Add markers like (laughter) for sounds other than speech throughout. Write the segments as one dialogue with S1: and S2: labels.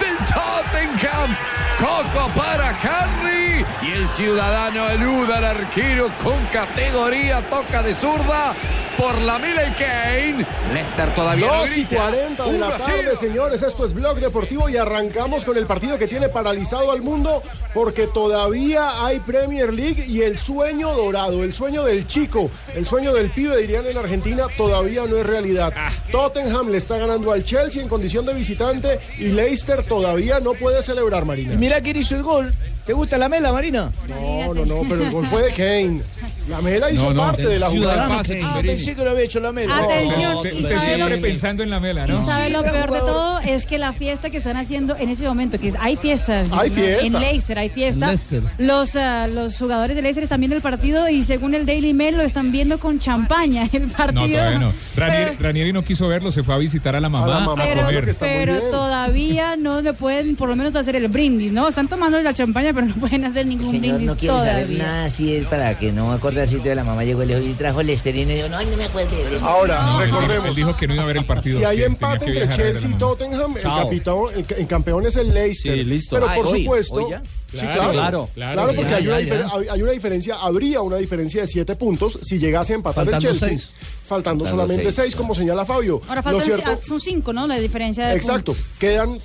S1: Del Tottenham. Coco para Henry. Y el ciudadano eluda al arquero con categoría. Toca de zurda por la Mila y Kane. Lester todavía no
S2: 2 y
S1: grita.
S2: 40 de
S1: Uno
S2: la
S1: a
S2: tarde,
S1: cero.
S2: señores. Esto es Blog Deportivo y arrancamos con el partido que tiene paralizado al mundo porque todavía hay Premier League y el sueño dorado, el sueño del chico, el sueño del pibe, dirían en la Argentina, todavía no es realidad. Tottenham le está ganando al Chelsea en condición de visitante y Leicester todavía no puede celebrar, Marina.
S3: Mirá quién hizo el gol. ¿Te gusta la mela, Marina?
S2: No, no, no, pero el gol fue de Kane. La Mela hizo parte de la jugada.
S1: Pase,
S3: Ah,
S1: Gamberini.
S3: pensé que lo había hecho la mela.
S4: Atención,
S5: Usted,
S4: y
S5: usted siempre
S4: sabe,
S5: pensando en la mela,
S4: y
S5: ¿no?
S4: sabe lo
S3: Sí,
S4: peor de
S3: jugador.
S4: todo es que la fiesta que están haciendo en ese momento, que es- hay fiestas
S2: Hay
S4: ¿no?
S2: fiesta.
S4: en Leicester, hay fiesta. Los, ah, los jugadores de Leicester están viendo el partido y según el Daily Mail lo están viendo con champaña el partido.
S5: No, todavía (laughs) no. Ranieri,
S4: Pero-
S5: Ranieri no quiso verlo, se fue a visitar a la mamá
S2: A
S5: a,
S2: la mamá,
S4: pero,
S2: claro que
S5: comer.
S2: está muy
S4: pero
S2: bien.
S4: todavía no le pueden por lo menos hacer el brindis, ¿no? Están tomando la champaña, pero no pueden hacer ningún
S6: Señor,
S4: brindis
S6: no quiero
S4: todavía.
S6: saber nada así es para que no acorde así de la mamá llegó y le dijo, y trajo Lesterina y yo, no, no me acuerdo de Lesterina".
S2: Ahora,
S5: No, él dijo- Él
S2: recordemos.
S5: dijo que no iba a ver el partido.
S2: Si hay
S5: que tenía
S2: empate
S5: que
S2: entre
S5: viajar a ver a la
S2: Chelsea y
S5: mamá.
S2: Tottenham, el,
S3: Chao.
S2: capitán, el, ca- el campeón es el Leicester.
S3: Sí, listo.
S2: Pero
S3: Ah,
S2: por
S3: hoy,
S2: supuesto.
S3: hoy ya.
S2: Sí,
S5: Claro,
S2: claro. Claro,
S3: claro,
S5: claro,
S2: porque
S3: ya,
S2: hay, una
S3: ya,
S2: difer- hay- hay una diferencia, habría una diferencia de siete puntos si llegase a empatar
S3: Faltando
S2: el Chelsea.
S3: seis.
S2: Faltando,
S6: Faltando
S2: solamente
S6: seis,
S2: seis, como señala Fabio.
S4: Ahora
S2: Lo
S4: faltan,
S2: cierto-
S4: ah, son cinco, ¿no? La diferencia de
S2: Exacto.
S4: puntos.
S2: Quedan,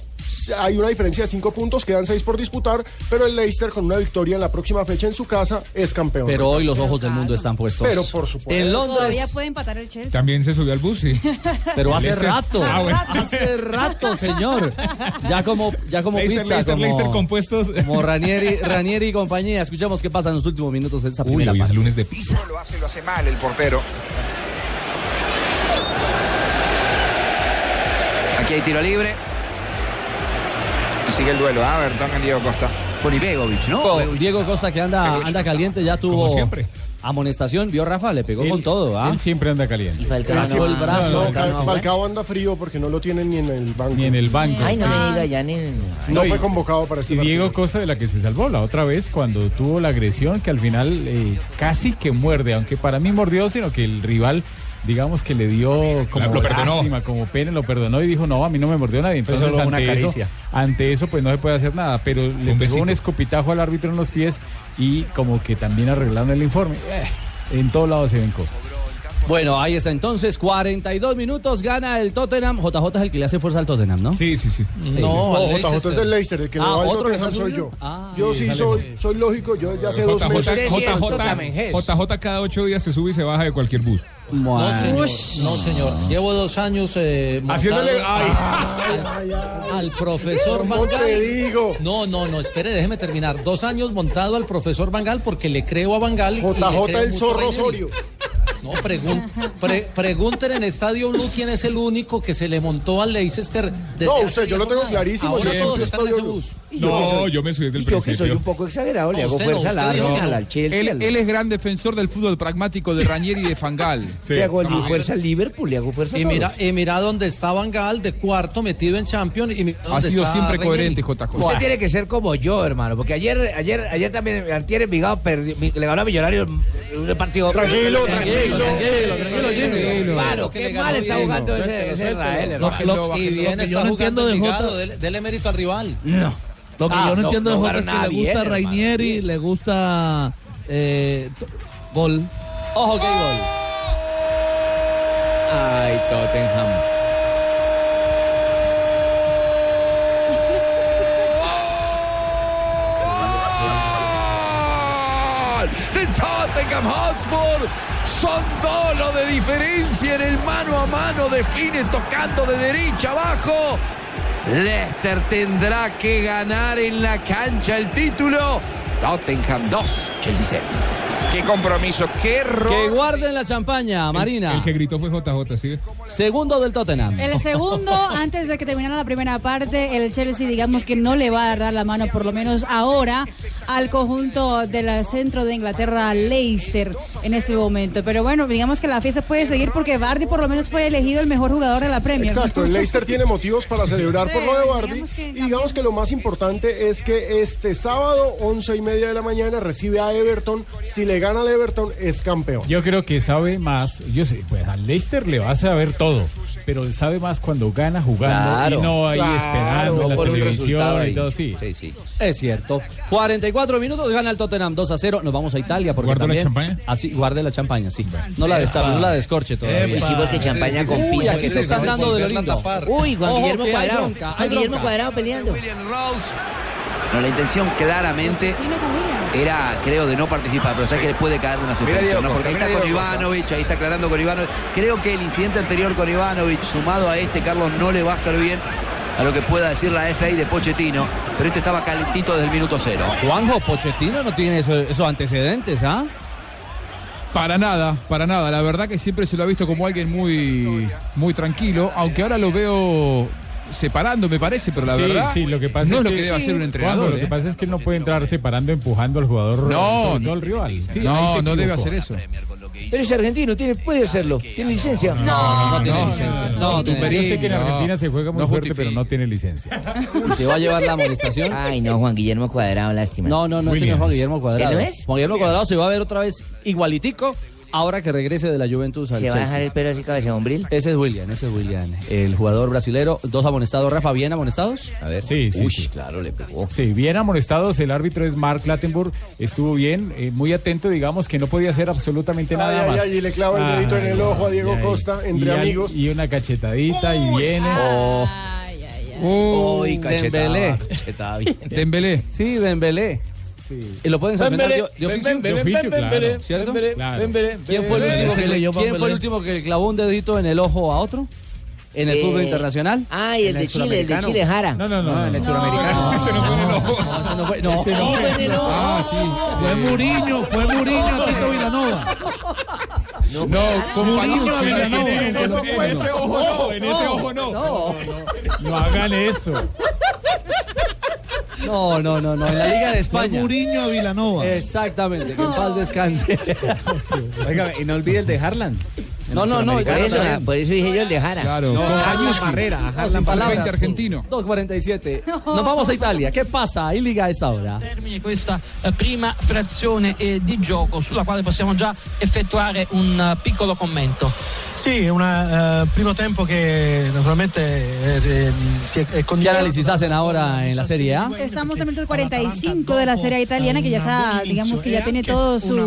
S2: hay una diferencia de cinco puntos, quedan seis por disputar, pero el Leicester con una victoria en la próxima fecha en su casa es campeón.
S3: Pero hoy los ojos del mundo están puestos.
S2: Pero por supuesto.
S3: En
S4: Todavía
S3: Londres,
S4: puede empatar
S5: (laughs)
S4: el Chelsea.
S5: También se subió al bus,
S2: (laughs)
S5: sí.
S3: pero hace
S5: Leicester.
S3: rato.
S5: Ah, bueno.
S3: Hace rato, señor. Ya como, ya como
S5: Leicester,
S3: pizza,
S5: Leicester,
S3: como,
S5: Leicester compuestos.
S3: (laughs) como
S5: (laughs)
S3: Ranieri, Ranieri y compañía. Escuchemos qué pasa en los últimos minutos de esta
S5: Uy,
S3: primera
S5: hoy es
S3: parte.
S5: lunes de pizza.
S7: Lo hace, lo hace mal el portero.
S8: Aquí hay tiro libre.
S7: Y sigue el duelo, ¿ah? Bertón con Diego Costa.
S8: Por Ibegovic, ¿no?
S3: Diego- Diego Costa que anda, anda caliente, ya tuvo
S5: Como siempre.
S3: amonestación. Vio Rafa, le pegó con todo. ¿ah?
S5: Él siempre anda caliente.
S6: Y Falcao
S3: Sacó el
S6: no-
S3: brazo.
S2: No,
S6: Falcao
S2: Cal-
S6: no-
S2: Falcao anda frío porque no lo tienen ni en el banco.
S5: Ni en el banco.
S6: Ay, no
S4: Ah.
S6: me diga ya ni... Ay,
S2: No
S5: No, y-
S2: fue convocado para este
S5: Y Diego
S2: partido.
S5: Costa de la que se salvó la otra vez cuando tuvo la agresión que al final eh, casi que muerde, aunque para mí mordió, sino que el rival digamos que le dio como
S1: Lo perdonó.
S5: lástima, como pena, lo perdonó y dijo, no, a mí no me mordió nadie.
S1: Fue
S5: Entonces
S1: solo una
S5: ante,
S1: caricia.
S5: eso, ante eso pues no se puede hacer nada, pero le pegó
S1: besito.
S5: un escopitajo al árbitro en los pies y como que también arreglaron el informe. Eh, en todos lados se ven cosas.
S3: Bueno, ahí está entonces, 42 minutos, gana el Tottenham. JJ es el que le hace fuerza al Tottenham, ¿no?
S5: Sí, sí, sí.
S2: No, JJ es del Leicester, el que
S3: Ah,
S2: le va al
S3: ¿otro que
S2: Tottenham
S3: está
S2: soy
S3: subido?
S2: yo.
S3: Ah,
S2: yo
S5: sí,
S2: sí
S5: sale
S2: soy, soy lógico, yo desde hace dos
S5: JJ,
S2: meses.
S6: sí, es
S5: JJ, JJ cada ocho días se sube y se baja de cualquier bus.
S3: Bueno.
S9: No, señor. Llevo dos años eh,
S1: Haciéndole.
S9: montado
S1: Ay,
S2: Ay, ay,
S9: al profesor
S2: ¿cómo te
S9: Bangal.
S2: digo?
S9: No, no, no, espere, déjeme terminar. Dos años montado al profesor Bangal porque le creo a Bangal. y le
S2: JJ
S9: creo
S2: el
S9: mucho a
S2: zorro
S9: Ranieri.
S2: Osorio.
S9: No, pregun- pre- pregunten en Estadio Blue quién es el único que se le montó al Leicester. desde
S2: No,
S9: hace
S2: usted, yo
S9: diez
S2: lo tengo
S9: jornadas.
S2: clarísimo,
S9: Ahora
S2: siempre
S9: todos están en ese
S2: Estadio Blue.
S9: bus.
S5: No, yo me subí desde el
S6: Yo que soy
S5: principio.
S6: un poco exagerado, le
S9: No,
S6: hago
S9: usted no,
S6: fuerza al
S9: usted dice que
S6: Arsenal,
S9: no.
S6: al Chelsea,
S10: Él,
S6: al-
S10: él es gran defensor del fútbol pragmático de Ranieri y de (laughs) Fangal.
S5: Sí.
S6: le hago li- fuerza al Liverpool, le hago fuerza a
S9: Y mira,
S6: todos.
S9: y mira dónde está Bangal de cuarto metido en Champions. Y mira
S10: Ha
S9: dónde
S10: sido
S9: está
S10: siempre
S9: Ranieri.
S10: coherente, JJ.
S8: Usted tiene que ser como yo, hermano, porque ayer, ayer, ayer también Antier Envigado perdió- mi- le ganó a Millonarios un partido.
S2: Tranquilo, tranquilo.
S9: Tranquilo.
S8: Claro,
S9: Que
S8: qué
S9: le ganó
S8: mal está
S9: bien.
S8: jugando ese, ese Israel,
S9: Lo que-
S8: hermano.
S10: Bájelo,
S9: lo- y
S10: bájelo. Lo
S9: bien
S10: que yo no
S9: está jugando
S10: entiendo de
S9: Envigado,
S10: Jota-
S9: dele, dele mérito al rival.
S8: Lo
S2: Ah,
S8: que yo no entiendo de Jota es que le gusta
S2: eh,
S8: a Rainieri,
S6: le gusta... gol.
S3: Ojo que hay gol.
S6: Ay, Tottenham.
S1: ¡Gol de Tottenham Hotspur. Son dos los de diferencia en el mano a mano. Define tocando de derecha abajo. Leicester tendrá que ganar en la cancha el título. Tottenham 2, Chelsea 0.
S11: Qué compromiso, qué error.
S3: Que guarden la champaña, Marina.
S5: El que gritó fue JJ, ¿sí?
S3: Segundo del Tottenham.
S2: Eh.
S4: El segundo, antes de que terminara la primera parte, el Chelsea, digamos que no le va a dar la mano, por lo menos ahora, al conjunto del centro de Inglaterra, Leicester, en este momento. Pero bueno, digamos que la fiesta puede seguir porque Bardi por lo menos fue elegido el mejor jugador de la Premier.
S2: Exacto, el Leicester tiene motivos para celebrar por lo de Bardi.
S4: digamos que
S2: y digamos que lo más importante es que este sábado, once y media de la mañana, recibe a Everton. Si le gana al Everton, es campeón.
S5: Yo creo que sabe más. Yo sé, pues al Leicester le va a saber todo, pero él sabe más cuando gana jugando y
S3: Claro.
S5: no ahí
S3: Claro,
S5: esperando en la
S3: por un resultado
S5: televisión y
S3: ahí.
S5: todo sí.
S3: Es cierto. 44 minutos, gana el Tottenham 2 a 0. Nos vamos a Italia porque
S5: ¿Guardo la
S3: también...
S5: champaña?
S3: Así, guarde la champaña, sí. No la destape, no la descorche todavía.
S6: Epa. Hicimos que champaña con
S3: Uy,
S6: pizza,
S3: aquí
S6: que
S3: se
S6: se
S3: están
S6: puede
S3: dando de lo
S6: volverla a
S3: lindo.
S6: tapar. Uy, Juan
S3: Ojo,
S6: Guillermo
S3: que hay
S6: Cuadrado.
S3: bronca, hay
S6: Juan Guillermo
S3: bronca.
S6: Cuadrado peleando.
S7: No, la intención claramente era, creo, de no participar, pero sabes que le puede caer una suspensión,
S11: Diego
S7: ¿no? Porque ahí
S11: Costa,
S7: está
S11: mira
S7: con
S11: Diego Costa.
S7: Ivanovic, ahí está aclarando con Ivanovic. Creo que el incidente anterior con Ivanovic, sumado a este, Carlos, no le va a hacer bien a lo que pueda decir la FA de Pochettino, pero este estaba calentito desde el minuto cero.
S3: Juanjo, Pochettino no tiene eso- esos antecedentes, ¿ah?
S10: Para nada, para nada. La verdad que siempre se lo ha visto como alguien muy, muy tranquilo, aunque ahora lo veo separando, me parece, pero la
S5: Sí,
S10: verdad
S5: sí, lo que pasa
S10: no
S5: es
S10: es lo
S5: que-
S10: que debe hacer un
S5: Juanjo,
S10: entrenador.
S5: lo que
S10: ¿eh?
S5: pasa es que él no puede entrar separando, empujando al jugador.
S10: No,
S5: sobre todo al rival. Sí, ahí
S10: no,
S5: se
S10: no debe
S5: equivocó.
S10: hacer eso.
S6: Pero es argentino, tiene, puede hacerlo. ¿Tiene licencia?
S5: No, no tiene
S3: licencia.
S5: No,
S3: tiene
S5: Yo sé que en
S3: licencia.
S5: Argentina se juega muy
S3: No
S5: fuerte, pero no tiene licencia.
S3: Se va a llevar la amonestación.
S6: Ay, no, Juan Guillermo Cuadrado, lástima.
S3: No, no, no, ese no es Juan Guillermo Cuadrado.
S6: ¿Él no es?
S3: Juan Guillermo Cuadrado se va a ver otra vez igualitico ahora que regrese de la Juventus al
S6: ¿Se va a
S3: Chelsea.
S6: dejar el pelo así cabeza bombril?
S3: Ese es William, ese es William, el jugador brasilero. Dos amonestados, Rafa, ¿bien amonestados?
S5: A ver, sí, sí.
S3: Uy,
S5: claro, le pegó. Sí, bien amonestados. El árbitro es Mark Lattenburg. Estuvo bien, eh, muy atento, digamos, que no podía hacer absolutamente
S2: Ay,
S5: nada
S2: ay,
S5: más.
S2: ay, y le clava el dedito en el ojo a Diego Costa, entre
S5: y al-
S2: amigos.
S5: Y una cachetadita y viene. Oh.
S3: Uy, Dembélé.
S10: Dembélé.
S3: Sí, Dembélé. Y lo pueden sancionar
S9: Dembélé,
S3: de, de
S9: Ben-
S3: oficio.
S9: Dembélé, Ben- Dembélé,
S3: ¿Cierto?
S9: Dembélé, Claro. Dembélé,
S3: ¿Quién fue el
S9: Dembélé.
S3: último que
S9: Se
S3: le-
S9: le llamó
S3: quién fue el
S9: Dembélé.
S3: último que le clavó un dedito en el ojo a otro? ¿En el
S6: Eh,
S3: fútbol internacional?
S6: Ah, y el de Chile, el de Chile, Jara. No,
S5: no,
S6: no.
S3: En el suramericano. Ese no fue en el ojo. Ese no fue. No,
S6: Ese
S12: Oh,
S6: no fue en el ojo.
S10: Ah, sí.
S13: Fue Muriño, fue Muriño a Tito Vilanova.
S10: No, compañero.
S13: Muriño a Oh, Vilanova.
S10: En ese ojo no,
S5: en ese ojo
S3: no.
S5: No hagan eso.
S3: No, no, no, no. En la Liga de España.
S13: Muriño a Vilanova.
S3: Exactamente. Que en paz descanse.
S14: (laughs) Oiga, y no olvide el de Harlan.
S3: No, no, no.
S6: Por eso, por eso dije yo el de Jara.
S10: Claro,
S3: No,
S10: con
S3: Harlan
S10: Fanucci.
S3: Barrera,
S10: No,
S3: Harlan
S10: sin
S3: Barrera.
S10: sub-20 argentino.
S3: 2.47. Nos vamos a Italia. ¿Qué pasa in Liga a esta hora?
S12: termine questa eh, prima frazione eh, di gioco sulla quale possiamo già effettuare un eh, piccolo commento.
S15: Sì, un eh, primo tempo che naturalmente eh, eh, si è, è
S3: ¿Qué
S15: condizionato-
S3: análisis hacen ahora en la Serie A?
S4: Estamos en el minuto 45 de la serie A italiana que ya está, digamos que ya tiene todo su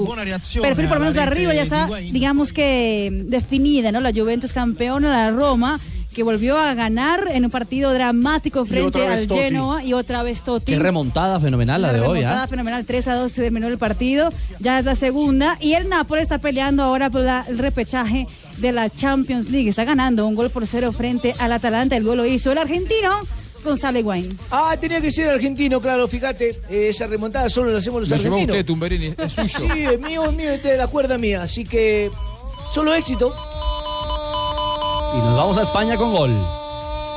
S4: perfil por lo menos de arriba, ya está, digamos que mm, definida, ¿no? La Juventus campeona, la Roma que volvió a ganar en un partido dramático frente
S3: otra vez
S4: al
S3: Totti.
S4: Genoa y otra vez Totti.
S3: Qué remontada fenomenal la
S4: Una
S3: de hoy,
S4: remontada
S3: ¿ah?
S4: fenomenal, 3 a 2 se terminó el partido, ya es la segunda y el Napoli está peleando ahora por la- el repechaje de la Champions League, está ganando un gol por cero frente al Atalanta, el gol lo hizo el argentino Gonzalo Higuaín.
S6: Ah, tenía que ser argentino, claro, fíjate. eh, esa remontada solo la hacemos los
S10: Lo llevó
S6: argentinos.
S10: usted, Tumberini. Es suyo.
S6: Sí, es mío, es mío, es de la cuerda mía. Así que, solo éxito.
S3: Y nos vamos a España con gol.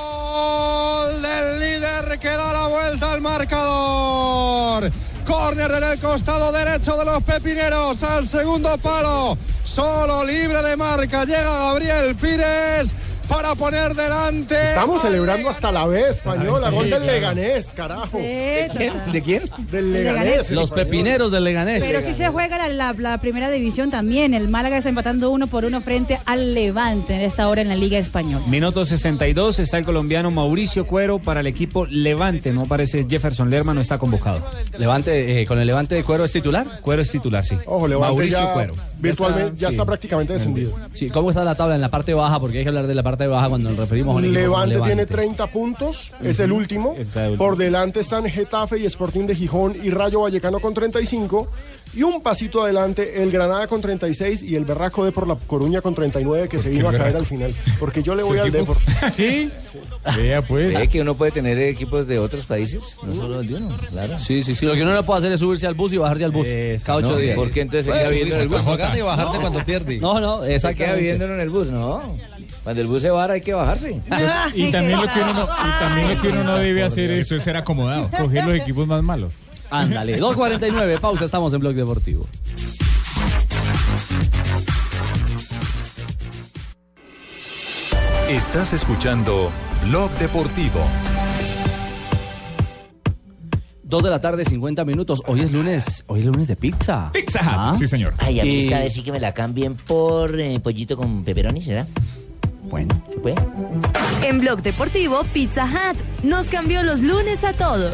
S8: gol del líder que da la vuelta al marcador. Córner en el costado derecho de los pepineros al segundo palo. Solo libre de marca llega Gabriel Pires para poner delante.
S2: Estamos celebrando hasta la vez española,
S8: Sí,
S2: gol del
S8: claro.
S2: Leganés, carajo.
S4: ¿De
S2: quién?
S3: ¿De quién?
S2: Del Leganés.
S3: Los pepineros del Leganés.
S4: Pero sí se juega la, la- la primera división también. El Málaga está empatando uno por uno frente al Levante en esta hora en la Liga Española.
S14: Minuto 62 está el colombiano Mauricio Cuero para el equipo Levante. No aparece Jefferson Lerma, no está convocado.
S3: Levante, eh, ¿Con el Levante de Cuero es titular?
S14: Cuero es titular, sí.
S2: Ojo, Levante
S14: Mauricio
S2: ya
S14: Cuero.
S2: Virtualmente, ya está prácticamente descendido.
S3: Sí, ¿cómo está la tabla en la parte baja? Porque hay que hablar de la parte baja cuando nos referimos a un equipo como
S2: Levante, tiene 30 puntos, es el
S3: Ujú.
S2: último.
S3: Es el último.
S2: Por delante están Getafe y Sporting de Gijón y Rayo Vallecano con 35. y un pasito adelante el Granada con 36 y el Berraco de por la Coruña con 39 que se vino a caer
S6: Berraco?
S2: al final. Porque yo le
S6: ¿Su
S2: voy al
S6: equipo?
S2: Depor.
S5: Sí. Vea, pues.
S6: ¿Ve que uno puede tener equipos de otros países? No solo el de uno, claro.
S9: Sí, sí, sí. Lo que uno no puede hacer es subirse al bus y bajarse al bus. Cada ocho
S6: no,
S9: días.
S6: ¿por qué entonces se
S9: Pues,
S6: queda viendo
S9: subirse
S6: el bus?
S9: cuando gana y bajarse
S6: No.
S9: cuando pierde.
S6: No, no,
S9: esa
S6: Se queda viéndolo en el bus, no. Cuando el bus se vara hay que (laughs) bajarse.
S3: (laughs)
S5: Y también lo que uno no, y también lo que uno no debe hacer es
S16: eso es ser acomodado.
S5: coger los equipos más malos.
S3: Ándale, 2.49, pausa, estamos en Blog Deportivo.
S17: Estás escuchando Blog Deportivo.
S3: 2 de la tarde, 50 minutos. Hoy es lunes, hoy es lunes de pizza. ¿Ah? Pizza
S17: sí, señor.
S18: Ay, a mí
S3: Y-
S18: esta vez sí que me la cambien por eh, pollito con pepperoni, ¿será?
S3: Bueno.
S18: ¿Se puede?
S19: En Blog Deportivo, Pizza Hut nos cambió los lunes a todos.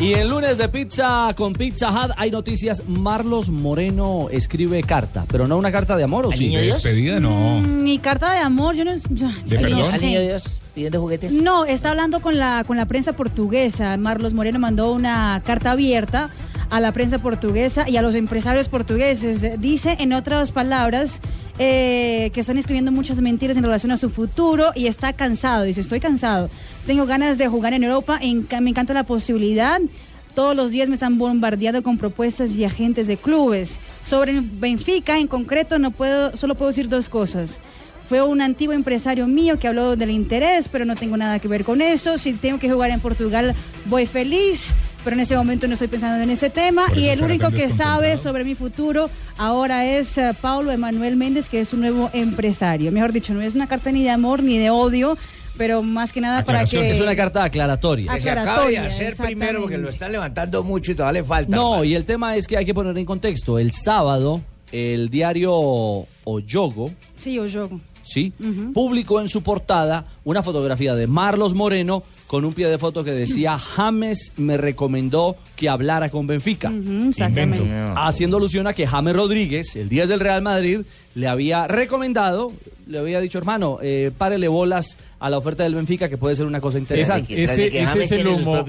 S3: Y en lunes de pizza con Pizza Hut hay noticias. Marlos Moreno escribe carta, pero no una carta de amor, ¿o sí?
S16: niño Dios? Despedida, no.
S4: Ni carta de amor, yo no. yo- yo no sé.
S18: Dios pidiendo juguetes?
S4: No, está hablando con la, con la prensa portuguesa. Marlos Moreno mandó una carta abierta a la prensa portuguesa y a los empresarios portugueses. Dice, en otras palabras, eh, que están escribiendo muchas mentiras en relación a su futuro y está cansado. Dice, estoy cansado. Tengo ganas de jugar en Europa. enca- me encanta la posibilidad. Todos los días me están bombardeando con propuestas y agentes de clubes. Sobre el Benfica, en concreto, no puedo, solo puedo decir dos cosas. Fue un antiguo empresario mío que habló del interés, pero no tengo nada que ver con eso. Si tengo que jugar en Portugal, voy feliz, pero en este momento no estoy pensando en ese tema.
S15: Por eso
S4: Y el
S15: estará tan
S4: único que
S15: desconcentrado.
S4: sabe sobre mi futuro ahora es eh, Paulo Emanuel Méndez, que es un nuevo empresario. Mejor dicho, no es una carta ni de amor ni de odio, pero más que nada para que...
S3: Es una carta aclaratoria.
S14: Que se acabe de
S4: Aclaratoria,
S14: hacer primero porque lo están levantando mucho y todavía le falta.
S3: No, y el tema es que hay que poner en contexto. El sábado, el diario Oyogo,
S4: Sí, yo juego.
S3: ¿sí?
S4: Ujú.
S3: Publicó en su portada una fotografía de Marlos Moreno con un pie de foto que decía James me recomendó que hablara con Benfica.
S4: Ujú, exactamente.
S3: Haciendo alusión a que James Rodríguez, el 10 del Real Madrid, le había recomendado, le había dicho, hermano, eh, párele bolas a la oferta del Benfica que puede ser una cosa interesante.
S5: Ese- ese- ese es el humo.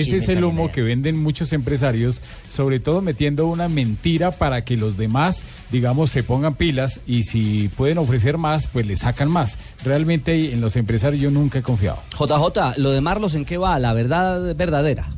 S5: Sí, ese es el humo que venden muchos empresarios, sobre todo metiendo una mentira para que los demás, digamos, se pongan pilas y si pueden ofrecer más, pues le sacan más. Realmente en los empresarios yo nunca he confiado.
S3: JJ, lo de Marlos, ¿en qué va? La verdad verdadera.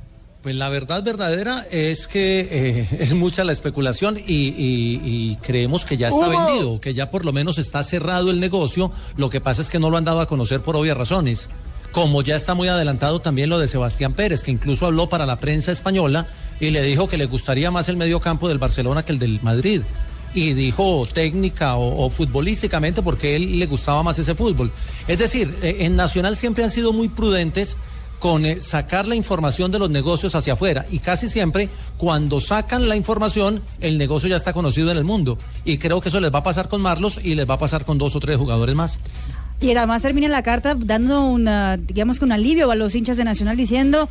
S9: Pues la verdad verdadera es que eh, es mucha la especulación y, y- y creemos que ya está
S3: ¡Humo!
S9: vendido, que ya por lo menos está cerrado el negocio. Lo que pasa es que no lo han dado a conocer por obvias razones. Como ya está muy adelantado también lo de Sebastián Pérez, que incluso habló para la prensa española y le dijo que le gustaría más el medio campo del Barcelona que el del Madrid. Y dijo técnica o, o futbolísticamente porque a él le gustaba más ese fútbol. Es decir, eh, en Nacional siempre han sido muy prudentes con eh, sacar la información de los negocios hacia afuera. Y casi siempre, cuando sacan la información, el negocio ya está conocido en el mundo. Y creo que eso les va a pasar con Marlos y les va a pasar con dos o tres jugadores más.
S4: Y además termina la carta dando una, digamos que un alivio a los hinchas de Nacional diciendo,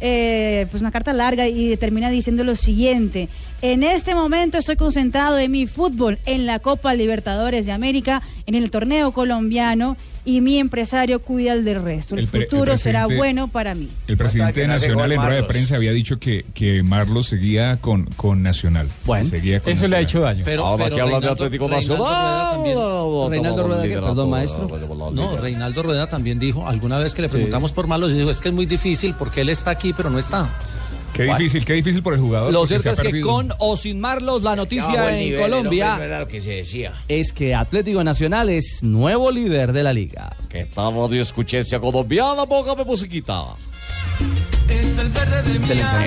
S4: eh, pues una carta larga y termina diciendo lo siguiente, en este momento estoy concentrado en mi fútbol, en la Copa Libertadores de América, en el torneo colombiano y mi empresario cuida el del resto. El,
S16: El pre- el
S4: futuro será
S16: presidente-
S4: bueno para mí. (laughs)
S16: El presidente
S5: que
S16: de
S5: no hace
S16: Nacional
S5: gol
S16: en rueda de
S5: Marlos.
S16: prensa había dicho que, que Marlos seguía con, con Nacional.
S5: Bueno,
S16: Seguía con
S5: eso le ha
S16: Nacional.
S5: hecho daño.
S3: Ah,
S5: Pero- Ahora pero que habla de Reinaldo- Atlético Reinaldo Nacional.
S9: Reinaldo Rueda, que- perdón, maestro. No, Reinaldo Rueda también dijo, alguna vez que le preguntamos por Marlos, y dijo, es que es muy difícil porque él está aquí, pero no está.
S16: Qué difícil, qué difícil por el jugador.
S3: Lo
S16: porque
S3: cierto
S16: se ha
S3: es que
S16: perdido.
S3: con o sin Marlos, la noticia en Colombia
S14: era lo que se decía.
S3: es que Atlético Nacional es nuevo líder de la liga.
S20: ¿Qué tal Radio Escuchencia Colombiana? Póngame musiquita.
S21: Es el verde de mi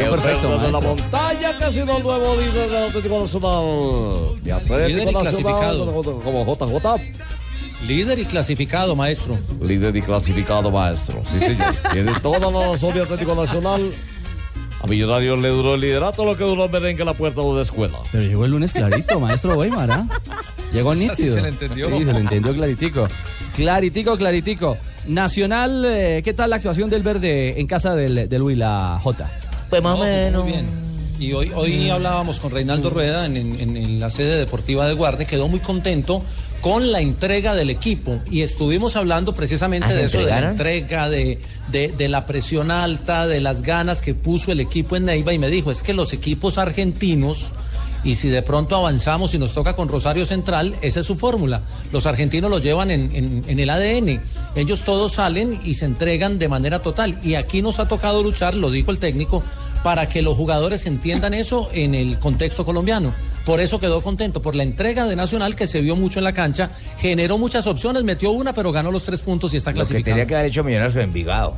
S20: El
S3: perfecto,
S20: reino de la
S3: maestro.
S20: montaña que ha sido el nuevo líder del Atlético Nacional. De
S9: Líder y
S20: Atlético Nacional,
S9: clasificado.
S20: como JJ.
S9: Líder y clasificado, maestro.
S20: Líder y clasificado, maestro. Sí, señor.
S9: (laughs)
S20: Tiene toda la razón de Atlético Nacional. A Millonarios le duró el liderato lo que duró el merengue en la puerta de la escuela.
S3: Pero llegó el lunes clarito, maestro Weimar, ¿ah? Llegó
S20: Sí, sí,
S3: nítido.
S20: se le entendió.
S3: Sí, se le entendió claritico. Claritico, claritico. Nacional, eh, ¿qué tal la actuación del verde en casa del, del Huila J?
S18: Pues más o menos.
S9: Y hoy, hoy hablábamos con Reinaldo Rueda en, en- en la sede deportiva de Guarde, quedó muy contento con la entrega del equipo y estuvimos hablando precisamente
S18: ¿Ah, se
S9: de eso, de la
S18: entregaron?
S9: entrega, de, de- de la presión alta, de las ganas que puso el equipo en Neiva y me dijo, es que los equipos argentinos, y si de pronto avanzamos y nos toca con Rosario Central, esa es su fórmula, los argentinos los llevan en, en- en el ADN, ellos todos salen y se entregan de manera total y aquí nos ha tocado luchar, lo dijo el técnico, para que los jugadores entiendan eso en el contexto colombiano. Por eso quedó contento, por la entrega de Nacional que se vio mucho en la cancha, generó muchas opciones, metió una, pero ganó los tres puntos y está
S18: Lo que
S9: clasificado.
S18: tenía que haber hecho Millonarios con Envigado.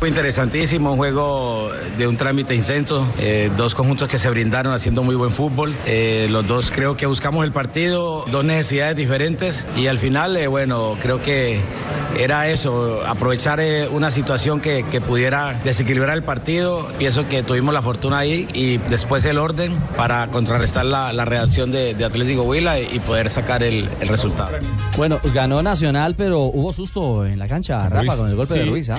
S22: Fue interesantísimo, un juego de un trámite intenso, eh, dos conjuntos que se brindaron haciendo muy buen fútbol, eh, los dos creo que buscamos el partido, dos necesidades diferentes y al final, eh, bueno, creo que era eso, aprovechar eh, una situación que, que pudiera desequilibrar el partido, pienso que tuvimos la fortuna ahí y después el orden para contrarrestar la, la reacción de, de Atlético Huila y, y poder sacar el- el resultado.
S3: Bueno, ganó Nacional, pero hubo susto en la cancha, Rafa, con el golpe de Ruiz. ¿ah?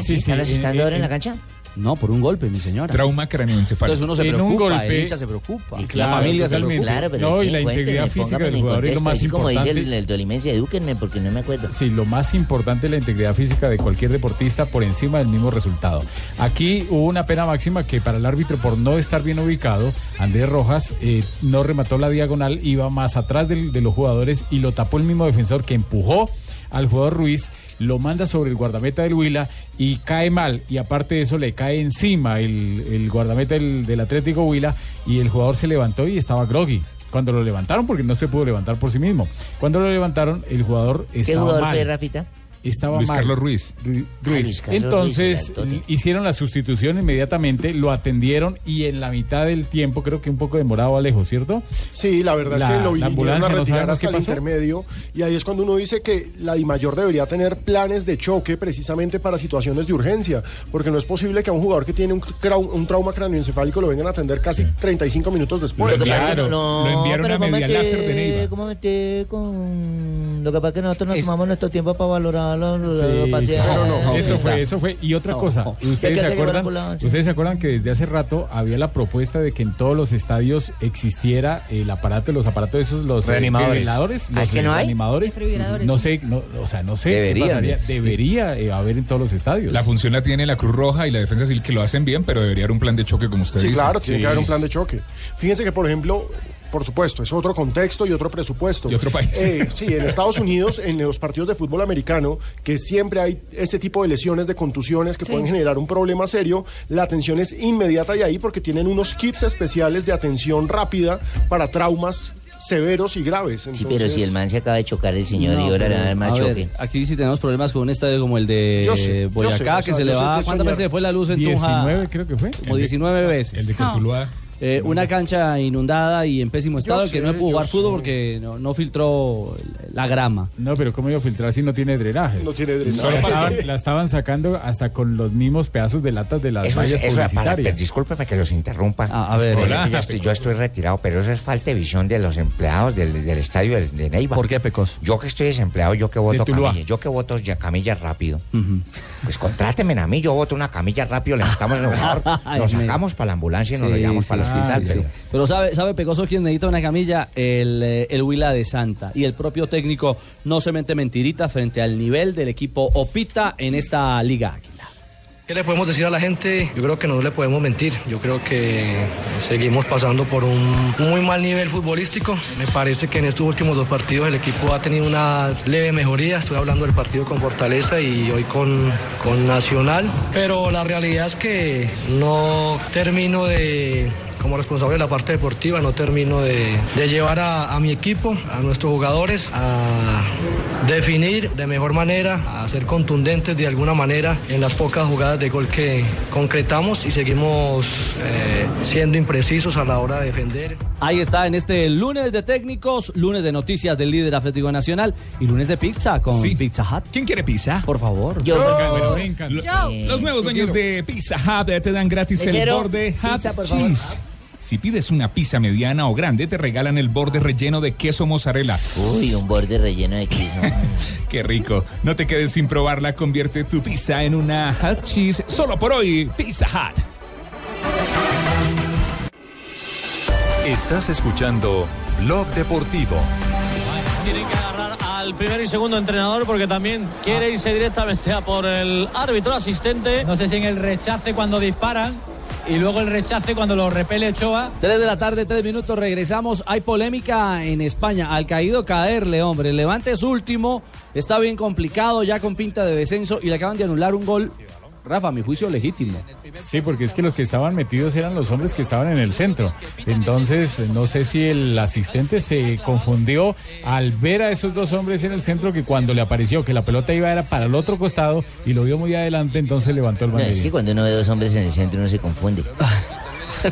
S18: cancha?
S3: No, por un golpe, mi señora.
S16: Trauma craneoencefálico.
S3: Entonces uno se
S16: En
S3: preocupa,
S16: un golpe-
S3: el hincha se preocupa,
S16: Y claro,
S3: la familia se
S16: totalmente.
S3: preocupa.
S16: Claro, pero No, y la integridad física del jugador es lo más
S18: Como dice
S16: importante.
S18: el, el tolimense, edúquenme porque no me acuerdo.
S5: Sí, lo más importante es la integridad física de cualquier deportista por encima del mismo resultado. Aquí hubo una pena máxima que para el árbitro por no estar bien ubicado, Andrés Rojas eh, no remató la diagonal, iba más atrás del- de los jugadores y lo tapó el mismo defensor que empujó al jugador Ruiz, lo manda sobre el guardameta del Huila y cae mal. Y aparte de eso le cae encima el, el guardameta del, del Atlético Huila y el jugador se levantó y estaba groggy. Cuando lo levantaron, porque no se pudo levantar por sí mismo. Cuando lo levantaron, el jugador estaba
S18: ¿Qué jugador
S5: mal
S18: fue, Rafita?
S5: estaba
S18: Luis
S5: mal.
S18: Carlos
S16: Ruiz.
S5: Ruiz.
S18: Luis Carlos
S5: Entonces mm,
S18: Ruiz, el altote.
S5: hicieron la sustitución inmediatamente, lo atendieron y en la mitad del tiempo, creo que un poco demorado Alejo, ¿cierto?
S2: Sí, la verdad es que lo vinieron
S5: la ambulancia,
S2: a
S5: no
S2: retirar
S5: sabemos
S2: hasta
S5: qué
S2: el
S5: pasó.
S2: intermedio y ahí es cuando uno dice que la DIMAYOR debería tener planes de choque precisamente para situaciones de urgencia, porque no es posible que a un jugador que tiene un, crau- un trauma craneoencefálico lo vengan a atender casi 35 minutos después.
S18: pero ¿cómo es que- ¿Cómo meté con.? Mm, Lo que pasa es que nosotros nos tomamos nuestro tiempo para valorar los, los pacientes.
S5: Pero no,
S18: Eh,
S5: eso fue, eso fue. Y otra
S18: No,
S5: cosa,
S18: no. Ya que
S5: ¿ustedes se
S18: hay que llevar
S5: acuerdan?
S18: ambulancia.
S5: Ustedes se acuerdan que desde hace rato había la propuesta de que en todos los estadios existiera el aparato, los aparatos esos, los eh,
S14: Reanimadores.
S5: desfibriladores,
S14: Ah,
S5: los eh,
S14: ¿es que no hay?
S5: reanimadores.
S14: Desfibriladores.
S5: No sé, no, o sea, no sé. qué
S14: Deberían
S5: pasaría.
S14: existir.
S5: Debería eh, haber en todos los estadios.
S16: La función la tiene la Cruz Roja y la Defensa Civil que lo hacen bien, pero debería haber un plan de choque como usted
S2: Sí,
S16: dice.
S2: claro, tiene
S16: Sí.
S2: que haber un plan de choque. Fíjense que, por ejemplo, por supuesto, es otro contexto y otro presupuesto.
S16: Y otro país.
S2: Eh, sí, en Estados Unidos, en los partidos de fútbol americano, que siempre hay este tipo de lesiones, de contusiones que
S15: Sí.
S2: pueden generar un problema serio, la atención es inmediata y ahí porque tienen unos kits especiales de atención rápida para traumas severos y graves.
S18: Sí, pero si el man se acaba de chocar el señor
S3: No,
S18: y ahora
S3: pero,
S18: le van a dar más
S3: a ver,
S18: choque.
S3: aquí sí tenemos problemas con un estadio como el de
S18: Yo sé, yo
S3: Boyacá,
S18: sé, o sea,
S3: Eh, que se
S18: yo
S3: le
S18: sé
S3: va...
S18: que
S3: ¿Cuántas
S18: soñar-
S3: veces se fue la luz en Tunja?
S5: 19 creo que fue.
S3: Como
S5: El de-
S3: 19 veces.
S5: el de
S3: Ah.
S5: Cortuluá.
S3: Eh, una cancha inundada y en pésimo estado,
S5: sé,
S3: que no pudo
S5: yo
S3: jugar
S5: sé.
S3: fútbol porque no, no filtró la grama.
S5: No, pero ¿cómo iba a filtrar si no tiene drenaje?
S2: No tiene
S3: drenaje.
S5: Solo
S3: Sí.
S5: estaban- la estaban sacando hasta con los mismos pedazos de latas de las
S6: Eso es-
S5: vallas
S6: eso es para-
S5: publicitarias.
S6: discúlpeme que los interrumpa.
S3: Ah, a ver.
S6: Pero es
S3: Hola.
S6: que yo, estoy, yo estoy retirado, pero eso es falta de visión de los empleados del, del estadio de, de Neiva. ¿Por
S3: qué, Pecos?
S6: Yo que estoy desempleado, yo que voto
S3: Tuluá.
S6: camilla, yo que voto ya camilla rápido. Pues contrátenme a mí, yo voto una camilla rápido, le metamos el
S3: (laughs)
S6: jugador,
S3: Ay,
S6: lo
S3: me-
S6: sacamos para la ambulancia y nos lo
S3: Sí,
S6: llevamos
S3: sí,
S6: para el
S3: sí,
S6: hospital.
S3: sí,
S6: pero-
S3: sí. Pero sabe, sabe Pecoso quien necesita una camilla, el, eh, el Huila de Santa. Y el propio técnico no se mete mentirita frente al nivel del equipo Opita en esta liga.
S15: ¿Qué le podemos decir a la gente? Yo creo que no le podemos mentir. Yo creo que seguimos pasando por un muy mal nivel futbolístico. Me parece que en estos últimos dos partidos el equipo ha tenido una leve mejoría. Estoy hablando del partido con Fortaleza y hoy con, con Nacional. Pero la realidad es que no termino de, como responsable de la parte deportiva, no termino de, de llevar a, a mi equipo, a nuestros jugadores, a definir de mejor manera, a ser contundentes de alguna manera en las pocas jugadas de gol que concretamos y seguimos eh, siendo imprecisos a la hora de defender.
S3: Ahí está en este lunes de técnicos, lunes de noticias del líder Atlético Nacional y lunes de pizza con Pizza Hut. ¿Quién quiere pizza? Por favor.
S16: Yo. Bueno, me encanta. Eh,
S3: Yo.
S16: Los nuevos
S3: Yo
S16: dueños de Pizza Hut eh, te dan gratis
S3: Mesero,
S16: el borde Hut
S3: pizza, por favor.
S16: Cheese. Si pides una pizza mediana o grande, te regalan el borde relleno de queso mozzarella.
S18: Uy, un borde relleno de queso.
S16: (laughs) Qué rico. No te quedes sin probarla. Convierte tu pizza en una Hut Cheese. Solo por hoy, Pizza Hut.
S17: Estás escuchando Blog Deportivo.
S8: Tienen que agarrar al primer y segundo entrenador porque también quiere irse directamente a por el árbitro asistente.
S23: Ah. No sé si en el rechace cuando disparan y luego el rechace cuando lo repele Ochoa.
S3: 3 de la tarde, 3 minutos, regresamos. Hay polémica en España. Al caído caerle, hombre. El Levante es último, está bien complicado, ya con pinta de descenso y le acaban de anular un gol. Rafa, a mi juicio legítimo.
S5: Sí, porque es que los que estaban metidos eran los hombres que estaban en el centro. Entonces, no sé si el asistente se confundió al ver a esos dos hombres en el centro que cuando le apareció que la pelota iba era para el otro costado y lo vio muy adelante, entonces levantó el
S13: No,
S5: mano.
S13: es que cuando uno ve dos hombres en el centro uno se confunde.
S3: (laughs)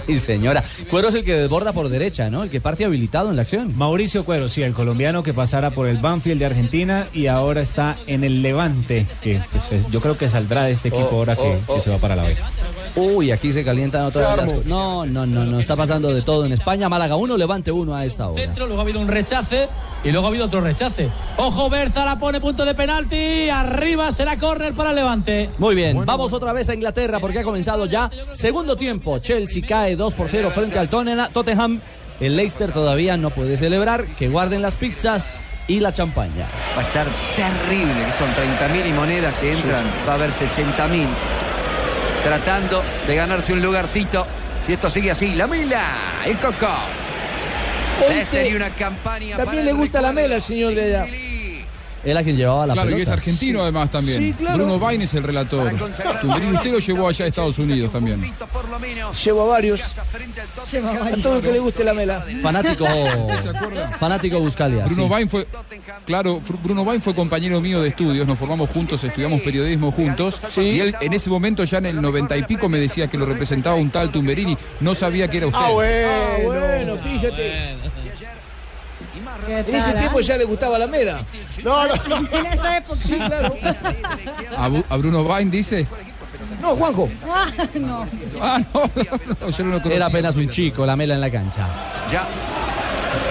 S3: Mi señora. Cuero es el que desborda por derecha, ¿no? El que parte habilitado en la acción.
S14: Mauricio Cuero, sí, el colombiano que pasara por el Banfield de Argentina y ahora está en el Levante, que pues, es- yo creo que saldrá de
S6: Oh,
S14: este equipo ahora que, que se va para la B.
S3: Uy, aquí se calientan
S14: Se
S3: otra vez las
S14: armó.
S3: co- No, no, no, no. Está pasando de todo en España. Málaga 1, Levante 1 a esta hora.
S23: Centro, luego ha habido un rechace y luego ha habido otro rechace. Ojo, Berza la pone punto de penalti. Arriba será córner para el Levante.
S3: Muy bien, vamos otra vez a Inglaterra porque ha comenzado ya segundo tiempo. Chelsea cae 2 por 0 frente al Tottenham- Tottenham. El Leicester todavía no puede celebrar. Que guarden las pizzas y la champaña.
S7: Va a estar terrible, que son 30.000 y monedas que entran, va a haber 60.000 tratando de ganarse un lugarcito. Si esto sigue así, la Mila, el Coco. Leicester y una campaña para
S6: También le
S7: el
S6: gusta la mela, señor de allá.
S3: Él a quien llevaba la
S10: Claro, y es
S3: pelota.
S10: argentino además también.
S6: Sí, claro.
S10: Bruno Bain es el relator. Tunderín, usted lo llevó allá a Estados Unidos también.
S6: Llevo a varios. A todo el que le guste la mela. (laughs)
S10: Fanático.
S3: Fanático Buscalia.
S10: Bruno Bain fue, claro, Fr- Bruno Bain fue compañero mío de estudios, nos formamos juntos, estudiamos periodismo juntos, y él en ese momento ya en el noventa y pico me decía que lo representaba un tal Tumberini, no sabía que era usted.
S6: Ah, bueno,
S8: ah,
S6: fíjate. En ese tiempo ya le gustaba la mela.
S2: No,
S6: no, no.
S2: En
S6: esa época. Sí, claro.
S10: A, Bu- a Bruno Bain dice,
S6: No, Juanjo.
S4: no.
S10: ah, no, (laughs) no, yo no lo
S3: Era apenas un chico, la mela en la cancha.
S7: Ya.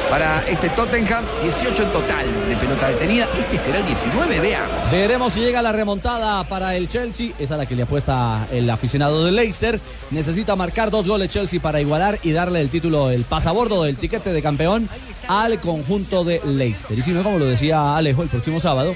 S7: Para este Tottenham, 18 en total de pelota detenida. Este será el 19, veamos.
S3: Veremos si llega la remontada para el Chelsea. Es a la que le apuesta el aficionado del Leicester. Necesita marcar dos goles Chelsea para igualar y darle el título, el pasabordo del tiquete de campeón al conjunto de Leicester. Y si no, como lo decía Alejo el próximo sábado,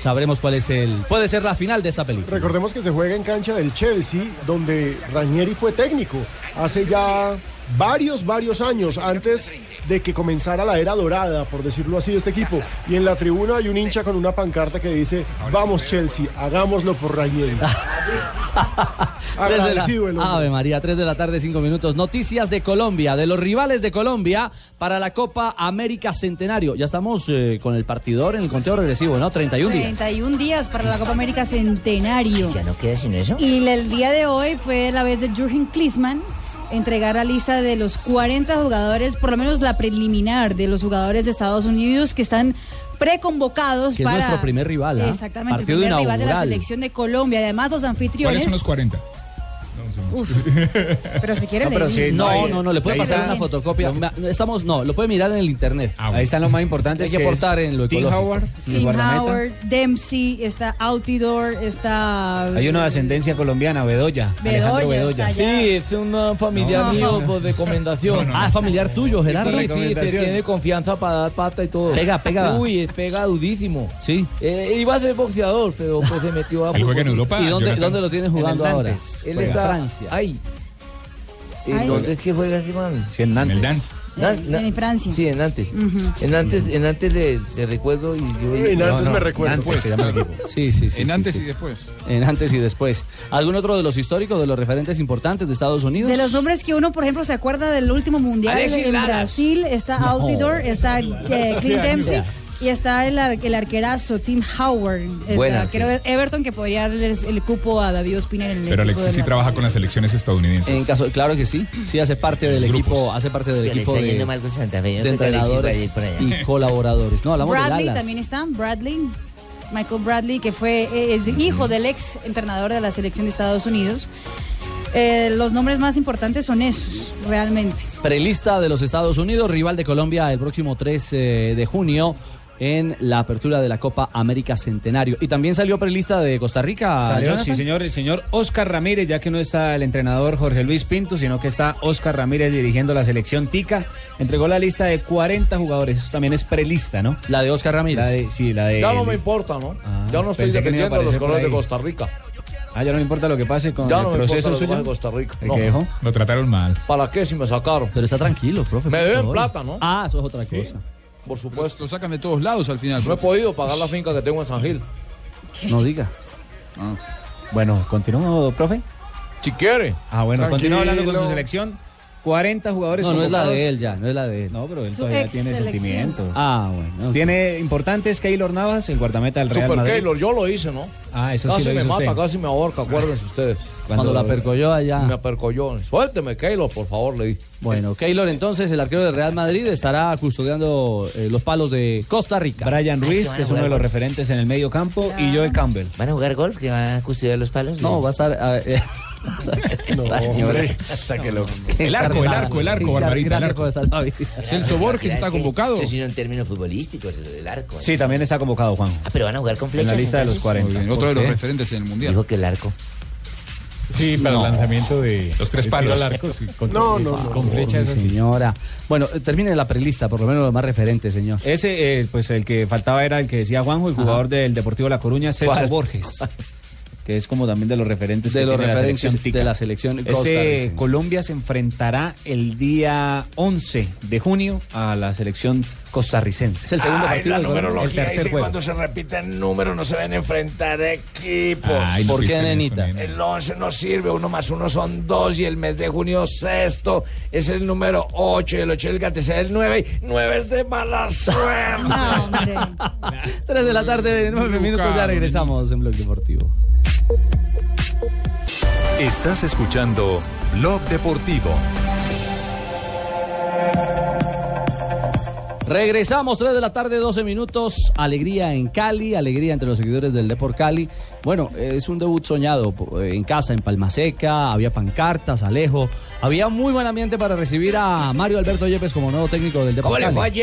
S3: sabremos cuál es el. Puede ser la final de esta película.
S2: Recordemos que se juega en cancha del Chelsea, donde Ranieri fue técnico hace ya varios, varios años antes de que comenzara la era dorada, por decirlo así, de este equipo. Y en la tribuna hay un hincha con una pancarta que dice, vamos Chelsea, hagámoslo por Ranieri.
S3: Tres de la-
S2: Agradecido el hombre.
S3: Ave María, 3 de la tarde, 5 minutos. Noticias de Colombia, de los rivales de Colombia para la Copa América Centenario. Ya estamos eh, con el partidor en el conteo regresivo, ¿no? 31 días.
S4: 31 días para la Copa América Centenario.
S13: Ya no queda sino eso.
S4: Y el día de hoy fue la vez de Jürgen Klinsmann entregar la lista de los 40 jugadores, por lo menos la preliminar de los jugadores de Estados Unidos que están preconvocados
S3: Que es
S4: para
S3: nuestro primer rival, ¿ah?
S4: Exactamente,
S3: Partido
S4: el primer rival de la
S3: inaugural.
S4: selección de Colombia, además los anfitriones.
S10: 40?
S16: (laughs)
S4: Pero si quieren
S3: No, pero
S4: leer.
S3: sí, no, no, no, le puede pasar una fotocopia. Me- Estamos, no, lo puede mirar en el internet. Ahí están los más importantes. Hay que
S14: que es
S3: aportar en lo
S14: Tim
S3: ecológico.
S14: Howard,
S4: Tim Howard, Dempsey, está Outdoor, está
S14: Hay uno de ascendencia colombiana, Bedoya, Alejandro
S4: Bedoya,
S14: Bedoya.
S4: está allá.
S6: Sí, es un familiar
S4: No.
S6: mío por recomendación.
S3: Ah, es familiar tuyo, Gerardo.
S6: Sí, sí, te tiene confianza para dar pata y todo.
S3: Pega, pega.
S6: Uy, eh, pega durísimo.
S3: Sí.
S6: Eh, iba a ser boxeador, pero pues se metió
S3: (laughs)
S6: a
S3: Él juega en
S6: fútbol.
S3: Europa, ¿Y dónde- Jonathan. dónde lo tienes
S6: En
S3: jugando
S6: el
S3: ahora?
S6: Nantes. Él
S3: Juega en
S6: está
S3: Francia.
S6: ahí.
S4: Ahí.
S6: ¿En dónde es que juega ese man?
S14: Sí, en Nantes.
S4: En- en Francia.
S6: Sí, en Nantes.
S4: Ujú.
S6: En Nantes, en Nantes le, le recuerdo y yo...
S2: En
S6: No,
S2: Nantes
S6: no,
S2: me recuerdo.
S6: Nantes se
S2: Pues,
S6: llama el
S2: claro.
S6: equipo.
S3: Sí, sí, sí.
S6: En
S3: sí,
S6: antes
S3: sí.
S6: y después.
S3: En antes y después. ¿Algún otro de los históricos, de los referentes importantes de Estados Unidos?
S4: De los nombres que uno, por ejemplo, se acuerda del último mundial
S3: Alexis
S4: en
S3: Lalas.
S4: Brasil, está
S3: No.
S4: Altidor, está eh,
S3: Hace
S4: Clint
S3: años.
S4: Dempsey y está el, ar- el arquerazo Tim Howard, el
S16: Buen
S4: arquero de
S16: arquero.
S4: Everton que podría darles el cupo a David Ospina en el
S16: Pero
S4: equipo
S16: Alexis
S4: de
S16: sí
S4: la-
S16: trabaja con las elecciones estadounidenses.
S3: En caso, claro que sí. Sí, hace parte del equipo, hace parte del
S13: Pero le
S3: equipo
S13: está
S3: de,
S13: yendo mal con Santa Fe, yo
S3: de
S13: creo que Alexis va a
S3: entrenadores
S13: ir por allá.
S3: y colaboradores. No, hablamos de
S4: Bradley
S3: Dallas.
S4: también está, Bradley, Michael Bradley, que fue eh, es hijo del ex entrenador de la selección de Estados Unidos. Eh, los nombres más importantes son esos, realmente.
S3: Prelista de los Estados Unidos, rival de Colombia el próximo 3 eh, de junio. en la apertura de la Copa América Centenario. Y también salió prelista de Costa Rica.
S14: Salió,
S3: Jonathan.
S14: sí, señor, el señor Oscar Ramírez, ya que no está el entrenador Jorge Luis Pinto, sino que está Oscar Ramírez dirigiendo la selección Tica, entregó la lista de 40 jugadores. Eso también es prelista, ¿no?
S3: La de Oscar Ramírez.
S14: La de- sí, la de.
S22: Ya no me importa, ¿no? ya no estoy
S14: Eh, Ah, pensé que me iba
S22: defendiendo
S14: a
S22: los
S14: aparecer por
S22: colores de
S14: ahí.
S22: Costa Rica.
S14: Ah, ya no me importa lo que pase con
S22: Ya
S14: el
S22: no me importa
S14: proceso
S22: los
S14: suyo.
S22: de Costa Rica.
S14: ¿El
S22: No.
S14: que dejó?
S16: Lo trataron mal.
S22: ¿Para qué si me sacaron?
S3: Pero está tranquilo, profe.
S22: Me deben
S16: favor.
S22: plata, ¿no?
S3: Ah, eso es otra cosa.
S22: Por supuesto.
S10: Lo sacan de todos lados al final.
S22: No he
S10: profe.
S22: podido pagar la finca que tengo en San Gil.
S3: No diga.
S14: Bueno, continúo, profe.
S22: Si quiere.
S14: Ah, bueno, continúa hablando con su
S22: Tranquilo.
S14: selección. 40 jugadores
S3: No, no es la
S14: convocados.
S3: de él ya, no es la de él.
S14: No, pero él
S3: Su
S14: todavía
S3: ex
S14: tiene
S3: selección.
S14: sentimientos.
S3: Ah, bueno.
S14: Tiene importantes Keylor Navas, el guardameta del Real
S22: Super
S14: Madrid.
S22: Keylor, yo lo hice, ¿no?
S14: Ah, eso
S22: casi
S14: sí lo
S22: me
S14: hizo
S22: mata,
S14: usted.
S22: casi me ahorca, acuérdense
S14: (laughs)
S22: ustedes.
S3: Cuando la percolló allá.
S22: Me percolló. Suélteme, Keylor, por favor, le dije.
S3: Bueno, Keylor entonces, el arquero del Real Madrid, estará custodiando eh, los palos de Costa Rica.
S14: Brian Ruiz, que es uno de los referentes en el medio campo, y Joel Campbell.
S24: ¿Van a jugar golf que va a custodiar los palos?
S3: No, va a estar... a
S22: (laughs)
S3: ver, eh, esta señora.
S24: hasta que (laughs) lo...
S3: Qué carnada. Qué Gracias por salvavidas.
S24: Celso Borges está convocado. Eso sí son términos futbolísticos, el del arco.
S14: Sí, también está convocado, Juan.
S24: Ah, pero van a jugar con
S14: En
S24: flechas.
S14: la lista de los
S24: entonces.
S14: 40.
S10: Otro de los
S14: ¿Por qué?
S10: referentes en el Mundial.
S24: Dijo que el arco.
S14: Sí,
S5: para el lanzamiento de
S16: los tres
S5: de tiro
S16: palos.
S5: al arco, sí, con-
S16: No,
S5: con-
S16: no,
S5: con
S16: no.
S5: con flecha
S3: Mi
S5: es así.
S3: señora. Bueno, eh, termine la prelista, por lo menos los más referentes, señor.
S14: Ese, eh, pues el que faltaba era el que decía Juanjo, el jugador del Deportivo La Coruña, Celso
S3: ¿Cuál?
S14: Borges. Que es como también de los referentes
S3: De
S14: que
S3: los
S14: tiene
S3: referentes
S14: la selección
S3: de la selección
S14: Ese
S3: costarricense.
S14: Colombia se enfrentará el día 11 de junio a la selección costarricense. Es
S6: Ay, la
S14: el
S6: numerología
S14: tercer
S6: dice
S14: juego.
S6: cuando se repitan números no se van a enfrentar equipos.
S14: Ay, ¿Por no qué, piensen eso, nenita? nena.
S6: El 11 no sirve, uno más uno son dos y el mes de junio sexto es el número 8 y el 8 es el gatesé del 9 y 9 es de mala suerte.
S3: (laughs) Tres de la tarde, nueve minutos, ya regresamos en Blog Deportivo.
S17: Estás escuchando Blog Deportivo.
S3: Regresamos, 3 de la tarde, 12 minutos. Alegría en Cali, alegría entre los seguidores del Deport Cali. Bueno, es un debut soñado po- eh, en casa, en Palmaseca. Había pancartas, Alejo. Había muy buen ambiente para recibir a Mario Alberto Yepes como nuevo técnico del Deport Cali.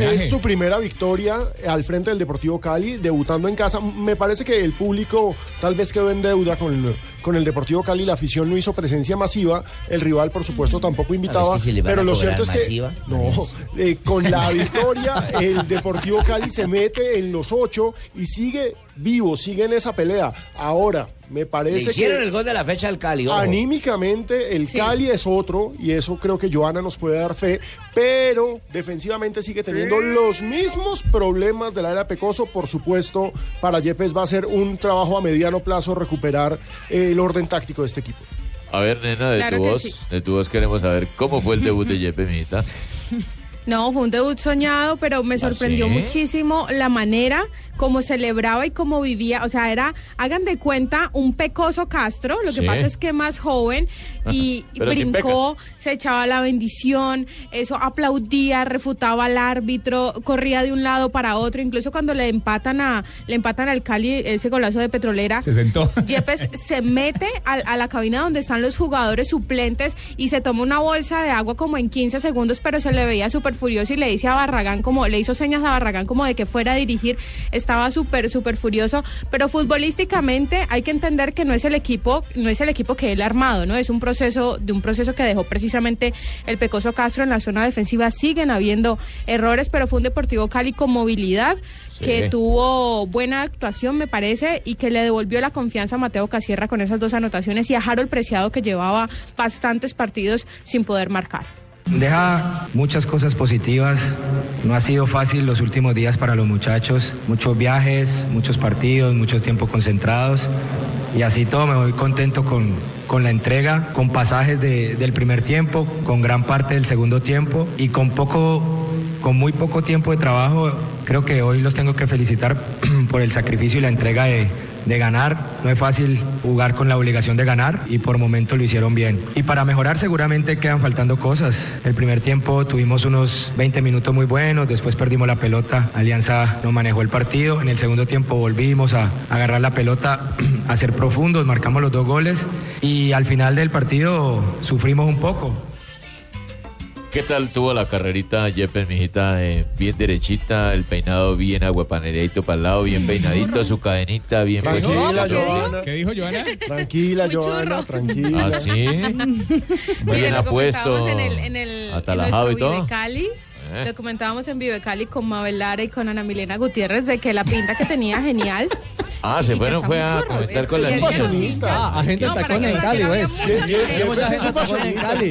S2: Es su primera victoria al frente del Deportivo Cali, debutando en casa. Me parece que el público tal vez quedó en deuda con el, con el Deportivo Cali. La afición no hizo presencia masiva. El rival, por supuesto, tampoco invitaba.
S24: ¿Sabes Mm. que se le van
S2: pero
S24: a
S2: lo
S24: cobrar
S2: cierto es que
S24: masiva?
S2: no, eh, con la victoria el Deportivo Cali se mete en los ocho y sigue vivo, sigue en esa pelea. Ahora me
S6: (laughs) Le
S2: parece
S6: hicieron
S2: que
S6: el gol de la fecha al Cali. ojo.
S2: Anímicamente, el Cali es otro, y eso creo que Joana nos puede dar fe, pero defensivamente sigue teniendo los mismos problemas de la era Pecoso. Por supuesto, para Yepes va a ser un trabajo a mediano plazo recuperar eh, el orden táctico de este equipo.
S22: A ver, nena, de
S25: Claro
S22: tu
S25: que
S22: voz.
S25: sí.
S22: De tu voz queremos saber cómo fue el debut de Yepe Mita.
S25: No, fue un debut soñado, pero
S8: ¿Ah,
S25: me sorprendió
S22: sí?
S25: muchísimo la manera como celebraba y como vivía. O sea, era, hagan de cuenta, un pecoso Castro. Lo que
S8: Sí.
S25: pasa es que
S8: (laughs)
S25: más joven y
S8: Pero sin
S25: brincó, se echaba la bendición, eso aplaudía, refutaba al árbitro, corría de un lado para otro. Incluso cuando le empatan a, le empatan al Cali ese golazo de petrolera,
S16: Se sentó.
S25: Yepes se mete al- a, la cabina donde están los jugadores suplentes y se toma una bolsa de agua como en 15 segundos, pero se le veía súper furioso y le dice a Barragán como, le hizo señas a Barragán como de que fuera a dirigir, estaba súper, súper furioso, pero futbolísticamente hay que entender que no es el equipo, no es el equipo que él ha armado, ¿no? Es un proceso, de un proceso que dejó precisamente el Pecoso Castro en la zona defensiva, siguen habiendo errores, pero fue un Deportivo Cali con movilidad, que
S8: Sí.
S25: tuvo buena actuación, me parece, y que le devolvió la confianza a Mateo Casierra con esas dos anotaciones y a Harold Preciado, que llevaba bastantes partidos sin
S22: (laughs)
S25: poder marcar.
S19: Deja muchas cosas positivas. No ha sido fácil los últimos días para los muchachos. Muchos viajes, muchos partidos, mucho tiempo concentrados. Y así todo me voy contento con, con la entrega, con pasajes de- del primer tiempo, con gran parte del segundo tiempo y con poco con muy poco tiempo de trabajo, creo que hoy los tengo que felicitar (clears throat) por el sacrificio y la entrega de, de ganar. No es fácil jugar con la obligación de ganar y por momentos lo hicieron bien. Y para mejorar seguramente quedan faltando cosas. El primer tiempo tuvimos unos 20 minutos muy buenos, después perdimos la pelota, Alianza no manejó el partido. En el segundo tiempo volvimos a agarrar la pelota, (clears throat) a ser profundos, marcamos los dos goles y al final del partido sufrimos un poco.
S22: ¿Qué tal tuvo la carrerita, Yepes, mijita? Eh, bien derechita, el peinado bien aguapanereadito para el lado, bien peinadito, su cadenita bien
S2: Tranquila,
S22: puestita.
S2: Joana.
S5: ¿Qué dijo Joana?
S2: Tranquila, Joana, tranquila.
S22: ¿Ah, sí? Muy
S25: Mire,
S22: bien
S25: lo
S22: apuesto.
S25: comentábamos en el, en el en
S22: Atalajado y
S25: nuestro
S22: todo.
S25: Vive Cali.
S22: Eh.
S25: Lo comentábamos en Vive Cali con Mabel Lara y con Ana Milena Gutiérrez de que la pinta que
S22: (laughs)
S25: tenía genial.
S22: Ah, se fueron,
S25: está
S22: fue
S25: muy
S22: a
S25: churro,
S22: comentar
S25: es
S22: con la
S25: que ya
S22: niña.
S25: nos hinchas.
S3: Ah, agente
S25: No, para
S3: tacones
S25: que
S3: en
S25: vean que
S3: Cali,
S25: había
S3: ¿ves?
S25: muchas
S3: Bien, bien,
S25: mujeres.
S3: bien, pues, es
S22: tacones en Cali.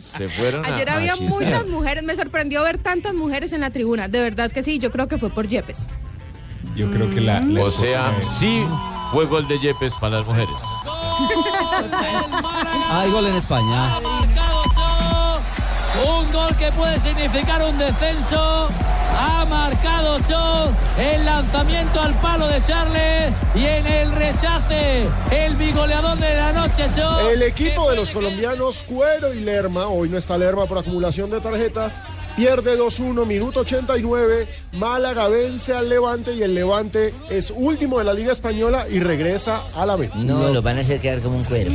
S22: Se fueron a
S25: Ayer había
S22: a chismear.
S25: muchas mujeres, me sorprendió ver tantas mujeres en la tribuna, de verdad que sí, yo creo que fue por
S22: (laughs)
S25: Yepes. (laughs)
S22: Yo creo que la.
S10: la
S22: o
S10: escogen
S22: sea,
S10: a-
S22: sí fue gol de Yepes para las mujeres.
S3: Hay gol en España.
S26: Un gol que puede significar un descenso. Ha marcado Cho el lanzamiento al palo de Charles y en el rechace el bigoleador de la noche Cho.
S2: El equipo de los colombianos Cuero y Lerma, hoy no está Lerma por acumulación de tarjetas, pierde 2-1, minuto 89, Málaga vence al Levante y el Levante es último de la Liga Española y regresa a la B.
S3: No,
S2: lo
S3: van a hacer quedar como un cuero.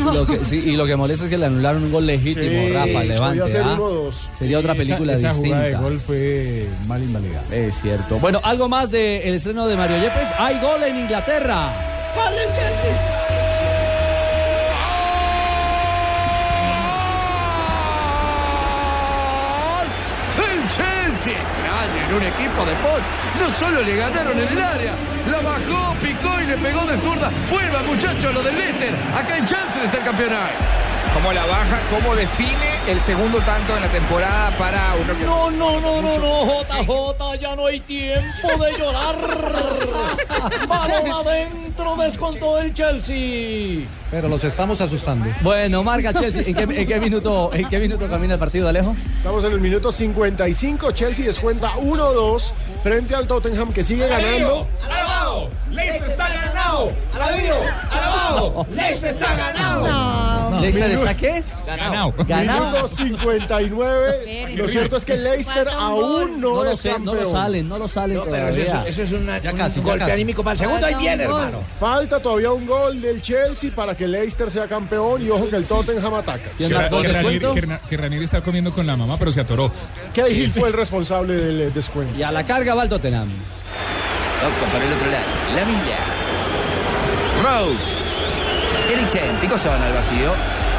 S3: y lo que molesta es que le anularon un gol legítimo,
S2: Sí,
S3: Rafa,
S2: podía
S3: levante.
S2: ser
S3: ¿ah?
S2: uno o dos.
S3: Sería otra película
S5: esa, esa
S3: distinta.
S5: jugada de gol fue mal invalidada.
S3: Es cierto. Bueno, algo más del estreno de Mario Yepes. Hay gol en Inglaterra.
S7: El Chelsea, grande en un equipo de pot. No solo le ganaron en el área, la bajó, picó y le pegó de zurda. Vuelva, muchachos, lo del Leicester. Acá hay chance de ser campeonato.
S9: ¿Cómo la baja? ¿Cómo define el segundo tanto en la temporada para uno que...
S8: No, no, no, no, no, JJ, ya no hay tiempo de
S26: (laughs)
S8: llorar. Balón adentro, descontó del Chelsea.
S3: Pero los estamos asustando. Bueno, marca Chelsea. ¿En qué, en qué minuto, en qué minuto camina el partido, Alejo?
S2: Estamos en el minuto 55, Chelsea descuenta 1-2 frente al Tottenham que sigue ganando.
S8: ¡Alabado! ¡Leicester está ganado! ¡Alabío! ¡Alabado! ¡Leicester está ganado!
S3: ¿Leicester está qué?
S2: Ganado.
S3: Ganado.
S2: Minuto 59. lo cierto es que Leicester
S3: Falta un
S2: aún no,
S3: No lo
S2: es
S3: sé,
S2: campeón.
S3: no lo salen, no lo salen
S2: No, pero
S3: todavía.
S2: eso es- eso es
S3: una,
S2: un golpe anímico para el segundo, ahí viene, hermano. Falta todavía un gol del Chelsea para que Leicester sea campeón y ojo que el Tottenham ataca.
S10: Que, que Ranieri- que Ra- que Ranieri está comiendo con la mamá, pero se atoró.
S2: Cahill fue el responsable del eh, descuento.
S3: Y a la carga va el Tottenham.
S7: Toca para el otro lado. La milla. Rose. Eriksen. Picosón al vacío.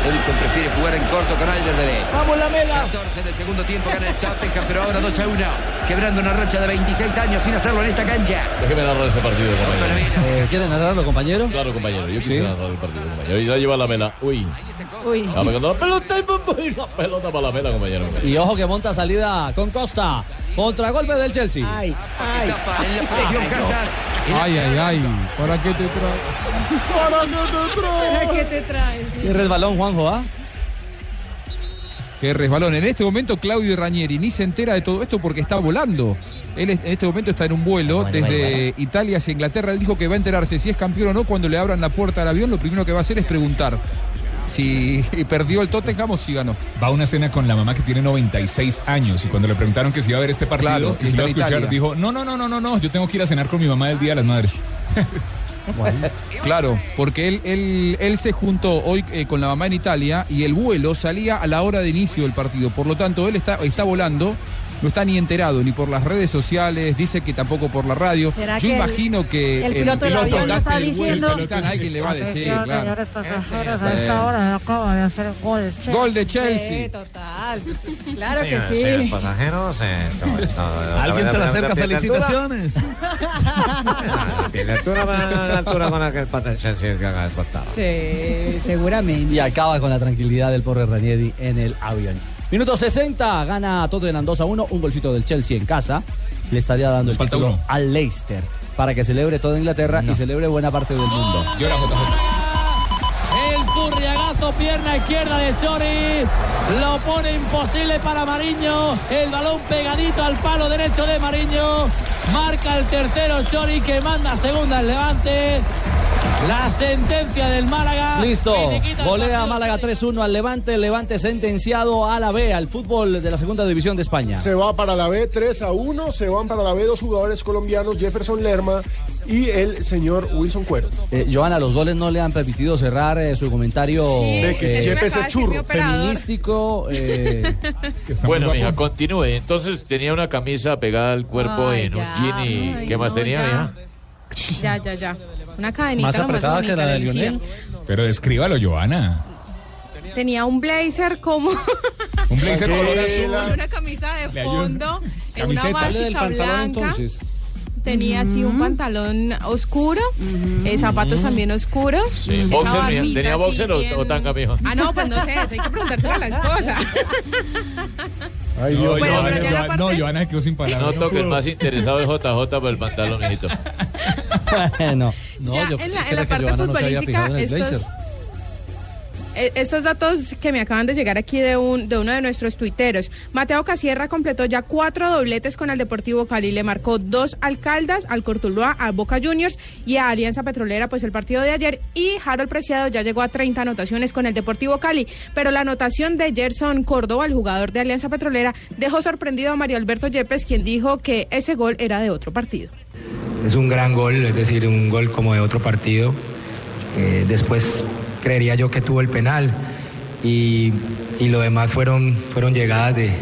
S7: Eriksen prefiere jugar en corto con Alderweireld.
S8: ¡Vamos, la mela!
S7: 14 del segundo tiempo gana el Tottenham, pero ahora 2 a 1. Quebrando una racha de 26 años sin hacerlo en esta cancha.
S22: Déjeme narrar ese partido, compañero.
S3: ¿Quieren Eh, narrarlo, compañero?
S22: Claro, compañero. Yo quisiera narrar el partido, compañero. Y la lleva la mela. Uy.
S3: (laughs)
S4: Uy.
S22: Ah, me encantó la pelota y pum, y la pelota para la mela, compañero.
S3: Y ojo que monta salida con Costa. Contragolpe del Chelsea.
S7: Ay. En la presión Hazard.
S10: Ay, ay, ay. ¿Para qué te traes?
S2: ¿Para qué te traes?
S8: ¿Para qué te traes?
S3: Y resbalón, Juanjo, ¿ah?
S10: Qué resbalón. En este momento Claudio Ranieri ni se entera de todo esto porque está volando. Él es- en este momento está en un vuelo
S16: Bueno,
S10: desde
S16: bueno, bueno.
S10: Italia hacia Inglaterra. Él dijo que va a enterarse si es campeón o no cuando le abran la puerta al avión. Lo primero que va a hacer es preguntar si (laughs) perdió el Tottenham o si ganó. Va a una cena con la mamá que tiene 96 años y cuando le preguntaron que si iba a ver este partido, Claro, que si iba a está en escuchar, Italia. dijo, no, no, no, no, no, no, yo tengo que ir a cenar con mi mamá del Día de las Madres. Claro, porque él, él, él se juntó hoy eh, con la mamá en Italia y el vuelo salía a la hora de inicio del partido. Por lo tanto, él está, está volando, no está ni enterado, ni por las redes sociales, dice que tampoco por la radio.
S4: ¿Será
S10: Yo
S4: que el-
S10: imagino que
S4: el piloto del avión lo
S10: capitán
S4: está
S10: del vuelo,
S4: diciendo?
S10: el capitán, alguien le va a decir,
S4: Atención,
S10: claro.
S22: Este,
S4: pasajeros,
S10: a esta
S4: hora acaba de hacer gol de Chelsea.
S10: Gol de Chelsea.
S4: Sí, total. Claro
S10: Señores,
S4: que sí.
S10: señores
S6: pasajeros,
S27: (laughs) Alguien se le acerca, felicitaciones.
S6: Tiene altura, pero la altura con la que el pata del Chelsea es que haga descontado.
S4: Sí, seguramente.
S3: Y acaba con la tranquilidad del pobre Ranieri en el avión. Minuto 60, gana Tottenham 2 a 1, un golcito del Chelsea en casa. Le estaría dando el título al Leicester para que celebre toda Inglaterra y celebre buena parte del mundo.
S26: El furriagazo, pierna izquierda de Chori. Lo pone imposible para Mariño. El balón pegadito al palo derecho de Mariño. Marca el tercero Chori que manda segunda al levante. La sentencia del Málaga.
S3: Listo. Volea Málaga 3-1 al Levante. El Levante sentenciado a la B, al fútbol de la segunda división de España.
S2: Se va para la B 3 a 1, se van para la B dos jugadores colombianos, Jefferson Lerma y el señor Wilson Cuero.
S3: Eh, Joana, los goles no le han permitido cerrar eh, su comentario
S2: Sí, De que
S3: eh,
S2: Yepes es churro.
S25: (laughs)
S3: feministíco. eh,
S22: Bueno,
S3: muy
S22: mija,
S3: guapo.
S22: continúe. Entonces tenía una camisa pegada al cuerpo
S25: Ay,
S22: en
S25: ya,
S22: un jean y
S25: ay,
S22: ¿qué más
S25: no,
S22: tenía,
S25: ya.
S22: mija?
S25: Ya, ya, ya. Una cadenita
S10: Más
S25: lo
S10: apretada que
S25: bonita
S10: la de
S25: Lucía.
S10: Lionel. Pero descríbalo, Joana.
S25: Tenía un blazer como
S10: (laughs) Un blazer color azul.
S25: con una camisa de
S10: Le ayudo.
S25: fondo, en una
S10: Camiseta. Hable del
S25: básica
S10: pantalón,
S25: blanca. Tenía así un pantalón oscuro, eh, zapatos también oscuros.
S22: Sí,
S25: esa
S22: boxer, mija.
S25: barbita
S22: ¿Tenía
S25: así
S22: boxer o,
S25: bien-
S22: o tanga, mija?
S25: Ah, no, pues no sé, eso hay que preguntárselo a la esposa.
S22: Ay,
S10: No,
S25: Bueno, pero ya la
S10: Joana,
S25: parte-
S10: no, Joana quedó sin palabras.
S22: No toques más interesado es JJ por el pantalón, mijito.
S3: Bueno,
S25: ya en la, en la parte futbolística, estos, eh, estos datos que me acaban de llegar aquí de, un, de uno de nuestros tuiteros. Mateo Casierra completó ya cuatro dobletes con el Deportivo Cali. Le marcó dos al Caldas, al Cortuluá, al Boca Juniors y a Alianza Petrolera, pues el partido de ayer. Y Harold Preciado ya llegó a 30 anotaciones con el Deportivo Cali. Pero la anotación de Gerson Córdoba, el jugador de Alianza Petrolera, dejó sorprendido a Mario Alberto Yepes, quien dijo que ese gol era de otro partido.
S19: Es un gran gol, es decir, un gol como de otro partido. Eh, después creería yo que tuvo el penal y, y lo demás fueron, fueron llegadas de,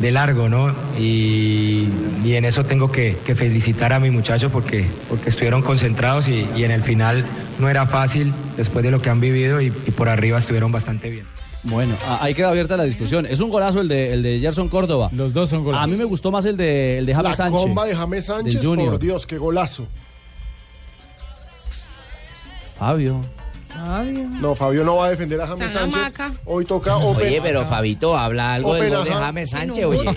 S19: de largo, ¿no? Y, y en eso tengo que, que felicitar a mis muchachos porque, porque estuvieron concentrados y, y en el final no era fácil después de lo que han vivido y- y por arriba estuvieron bastante bien.
S3: Bueno, a- ahí queda abierta la discusión. Es un golazo el de, el de Gerson Córdoba. Los dos son golazos. A mí me gustó más el de, el de James
S2: la
S3: Sánchez.
S2: comba de James Sánchez,
S3: del Junior.
S2: por Dios, qué golazo.
S3: Fabio.
S2: No, Fabio no va a defender a James
S25: Tan
S2: Sánchez.
S25: hamaca. Oh,
S2: Hoy toca Open.
S6: Oye, pero Fabito, habla algo del gol de
S2: Openhaja.
S6: James Sánchez, oye.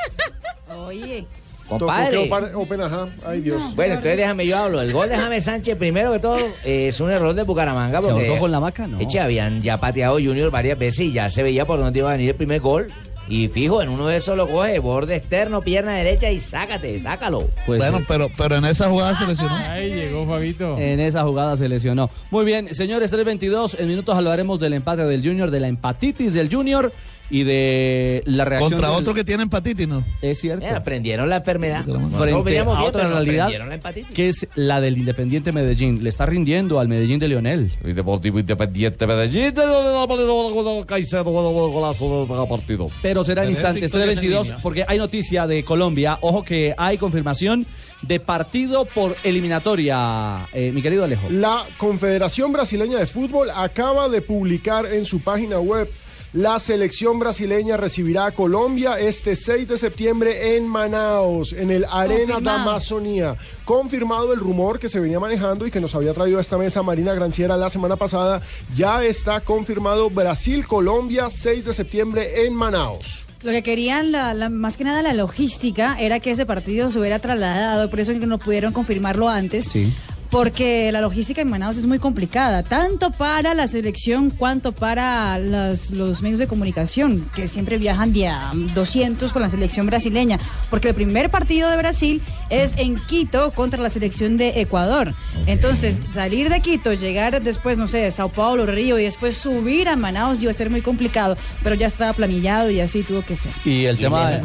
S25: (laughs)
S4: Oye.
S6: Compadre.
S2: (laughs) Tocó que Open- Openhaja. Ay, Dios.
S6: Bueno, entonces déjame yo hablo. El gol de James Sánchez, primero que todo, eh, es un error de Bucaramanga.
S3: ¿Se
S6: porque
S3: ahorcó con la maca? No.
S6: Eche, habían ya pateado Junior varias veces y ya se veía por dónde iba a venir el primer gol. Y fijo, en uno de esos lo coge, borde externo, pierna derecha y sácate, sácalo.
S27: bueno, pero, pero en esa jugada se lesionó.
S3: Ahí llegó Fabito. En esa jugada se lesionó. Muy bien, señores, 3.22. En minutos hablaremos del empate del Junior, de la empatitis del Junior y de la reacción.
S27: Contra
S3: del-
S27: otro que tiene empatitis, ¿no?
S3: Es cierto.
S6: Eh, aprendieron la enfermedad.
S3: frente
S6: No veníamos
S3: a
S6: bien,
S3: otra
S6: pero
S3: realidad
S6: aprendieron la empatía.
S3: que es la del Independiente Medellín. Le está rindiendo al Medellín de Lionel.
S20: El Deportivo Independiente Medellín. Caicedo, golazo del partido.
S3: Pero serán
S20: Tener
S3: instantes,
S20: victorias en
S3: 3.22,
S20: línea.
S3: porque hay noticia de Colombia. Ojo que hay confirmación de partido por eliminatoria, eh, mi querido Alejo.
S2: La Confederación Brasileña de Fútbol acaba de publicar en su página web. La selección brasileña recibirá a Colombia este 6 de septiembre en Manaos, en el Arena
S28: Confirmado.
S2: Damas. Amazonía. Confirmado el rumor que se venía manejando y que nos había traído a esta mesa Marina Granciera la semana pasada, ya está confirmado Brasil-Colombia 6 de septiembre en Manaos.
S4: (laughs) Lo que querían, la- la- más que nada la logística, era que ese partido se hubiera trasladado, por eso es que no pudieron confirmarlo antes. Porque la logística en Manaus es muy complicada, tanto para la selección cuanto para las- los medios de comunicación, que siempre viajan de a 200 con la selección brasileña. Porque el primer partido de Brasil es en Quito contra la selección de Ecuador. Entonces, salir de Quito, llegar después, no sé, de Sao Paulo, Río, y después subir a Manaus iba a ser muy complicado, pero ya estaba planillado y así tuvo que ser.
S3: Y el tema de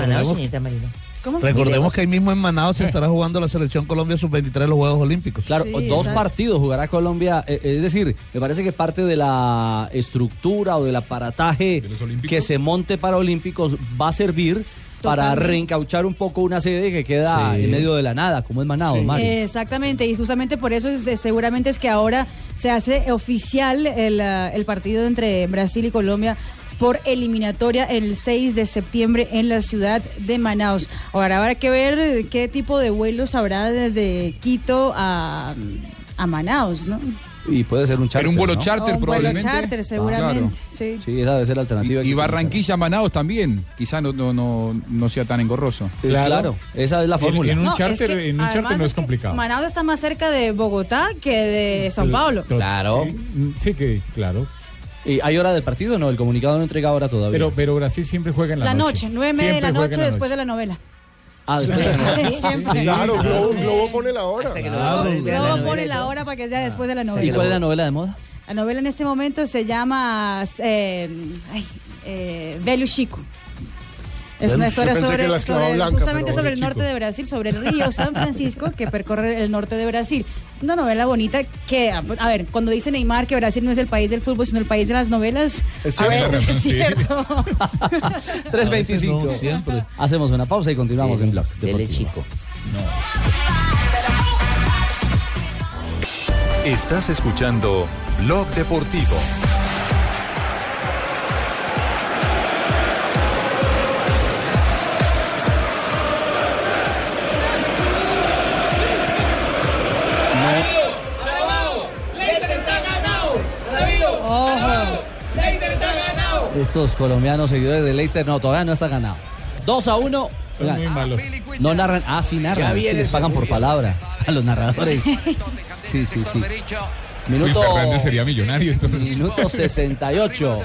S4: ¿Cómo?
S27: Recordemos que ahí mismo en Manaus se estará jugando la selección Colombia sub-23 en los Juegos Olímpicos.
S3: Claro,
S27: Sí,
S3: dos
S27: exacto.
S3: partidos jugará Colombia. eh, Es decir, me parece que parte de la estructura o del aparataje que se monte para Olímpicos va a servir para
S4: Totalmente.
S3: reencauchar un poco una sede que queda
S27: Sí.
S3: en medio de la nada, como es Manaus, Mario.
S4: Eh, Exactamente, y justamente por eso es- seguramente es que ahora se hace oficial el, ah, el partido entre Brasil y Colombia por eliminatoria el 6 de septiembre en la ciudad de Manaus. Ahora habrá que ver eh, qué tipo de vuelos habrá desde Quito a, a Manaus, ¿no?
S3: Y puede ser un charter.
S10: Pero
S3: Ah,
S10: un vuelo
S3: ¿no?
S10: charter
S4: O Oh, un vuelo
S10: probablemente.
S4: charter, seguramente, sí.
S3: Sí, esa debe ser la alternativa.
S10: Y Barranquilla Manaos también. Quizá no, no, no, no sea tan engorroso.
S3: Claro. Claro, esa es la fórmula.
S10: En, un
S4: No, es
S10: charter,
S4: que
S10: en un charter
S4: además
S10: no
S4: es
S10: es complicado.
S4: Manaus está más cerca de Bogotá que de Sao Paulo.
S6: Claro.
S3: Sí, que, claro. ¿Y hay hora del partido? No, el comunicado no entrega hora todavía.
S5: Pero-
S3: Brasil siempre juega
S4: La noche, nueve y media de la noche después de la novela.
S3: Ah,
S4: (laughs) Siempre.
S2: Claro, Globo, Globo pone la hora.
S4: Luego pone la hora para que sea después de la
S3: Ah.
S4: novela.
S3: ¿Y cuál es la novela de moda?
S4: La novela en este momento se llama eh, ay, eh, Velo Chico. Es
S2: Velo,
S4: una
S2: yo
S4: historia
S2: pensé que
S4: sobre,
S2: era la esclava
S4: sobre-
S2: blanca,
S4: justamente
S2: pero
S4: sobre el
S2: Velo
S4: norte
S2: Chico.
S4: de Brasil, sobre el río San Francisco que percorre el norte de Brasil. Una novela bonita que, a, a ver, cuando dice Neymar que Brasil no es el país del fútbol, sino el país de las novelas,
S3: Es
S4: a
S3: cierto.
S4: veces es
S3: Eh, Sí.
S4: cierto.
S2: (laughs)
S3: 325. siempre. Hacemos una pausa y continuamos en blog. Dele
S6: chico.
S17: Estás escuchando Blog Deportivo.
S8: ¡Leicester está ganado! ¡Atrevido!
S4: ¡Ojo!
S8: ¡Leicester está ganado!
S3: Estos colombianos seguidores de Leicester, no, todavía no está ganado. 2 a 1.
S5: Son muy malos.
S3: No narran, ah, sí
S5: Ya
S3: narran. es que
S5: viene
S3: les
S5: eso,
S3: pagan por
S5: Julio.
S3: palabra a los narradores. Sí, sí, sí. Minuto,
S10: Fernández sería millonario.
S3: minuto 68.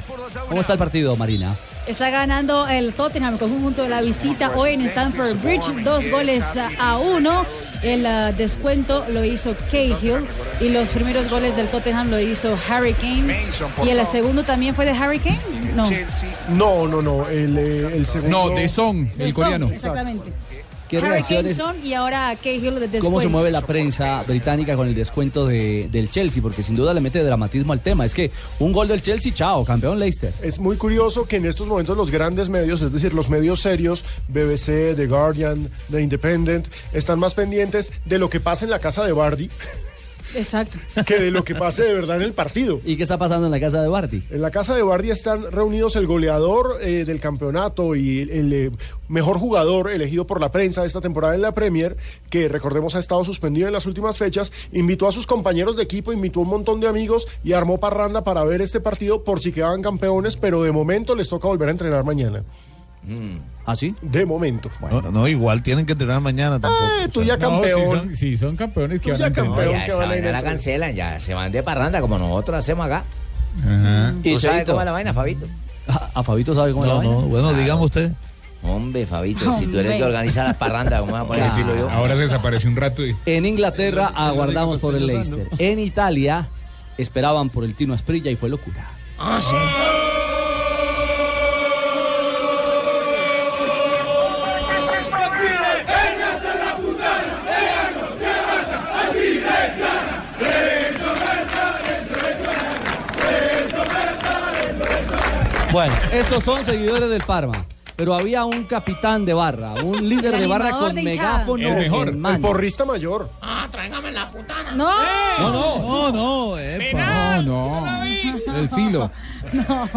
S3: ¿Cómo está el partido, Marina?
S4: Está ganando el Tottenham con conjunto de la visita hoy en Stamford Bridge, dos goles a uno. El ah, descuento lo hizo Cahill y los primeros goles del Tottenham lo hizo Harry Kane. ¿Y el segundo también fue de Harry Kane? No.
S2: No, no, no. El, eh, el segundo.
S10: No, de Son,
S4: De Son, Exactamente.
S3: ¿Qué
S4: Harry Kane
S3: reacciones?
S4: son y ahora Cahill de descuento.
S3: ¿Cómo se mueve la prensa británica con el descuento de- del Chelsea? Porque sin duda le mete dramatismo al tema. Es que un gol del Chelsea, chao, campeón Leicester.
S2: Es muy curioso que en estos momentos los grandes medios, es decir, los medios serios, BBC, The Guardian, The Independent, están más pendientes de lo que pasa en la casa de Bardi (laughs)
S4: Exacto.
S2: que de lo que pase de verdad en el partido.
S3: ¿Y qué está pasando en la casa de Bardi?
S2: En la casa de Bardi están reunidos el goleador eh, del campeonato y el, el, eh, mejor jugador elegido por la prensa esta temporada en la Premier, que recordemos ha estado suspendido en las últimas fechas. Invitó a sus compañeros de equipo, invitó a un montón de amigos y armó parranda para ver este partido por si quedaban campeones, pero de momento les toca volver a entrenar mañana.
S3: ¿Ah, sí?
S2: De momento.
S27: No, no, igual tienen que entrenar mañana tampoco.
S2: Eh, tú ya campeón.
S5: si son, sí, son campeones que van a entrenar.
S6: No, ya esa vaina la cancelan, ya se van de parranda como nosotros hacemos acá.
S3: ¿Y
S6: ¿Tú sabes
S3: Cheito?
S6: cómo es la vaina, Fabito?
S3: (laughs) ¿A Fabito sabe cómo es la
S6: No,
S3: vaina?
S6: no, bueno,
S3: digamos
S27: usted.
S6: Hombre, Fabito, Pues, si tú eres el
S3: Hombre.
S6: que organiza las parrandas, ¿cómo vas a poner el estilo yo?
S10: Ahora se desapareció un rato y.
S3: En Inglaterra aguardamos por el Leicester. En Italia esperaban por el Tino Asprilla y fue locura.
S2: Ah,
S3: Bueno, estos son seguidores del Parma. Pero había un capitán de barra,
S6: (laughs)
S3: un líder de barra
S4: animador
S3: con
S4: de hinchada.
S3: megáfono.
S2: El mejor,
S3: en mano.
S2: el porrista mayor.
S8: ¡Ah, tráigame la putana!
S4: ¡No!
S27: no,
S3: No,
S27: no, eh,
S10: No, no. El filo.
S4: No,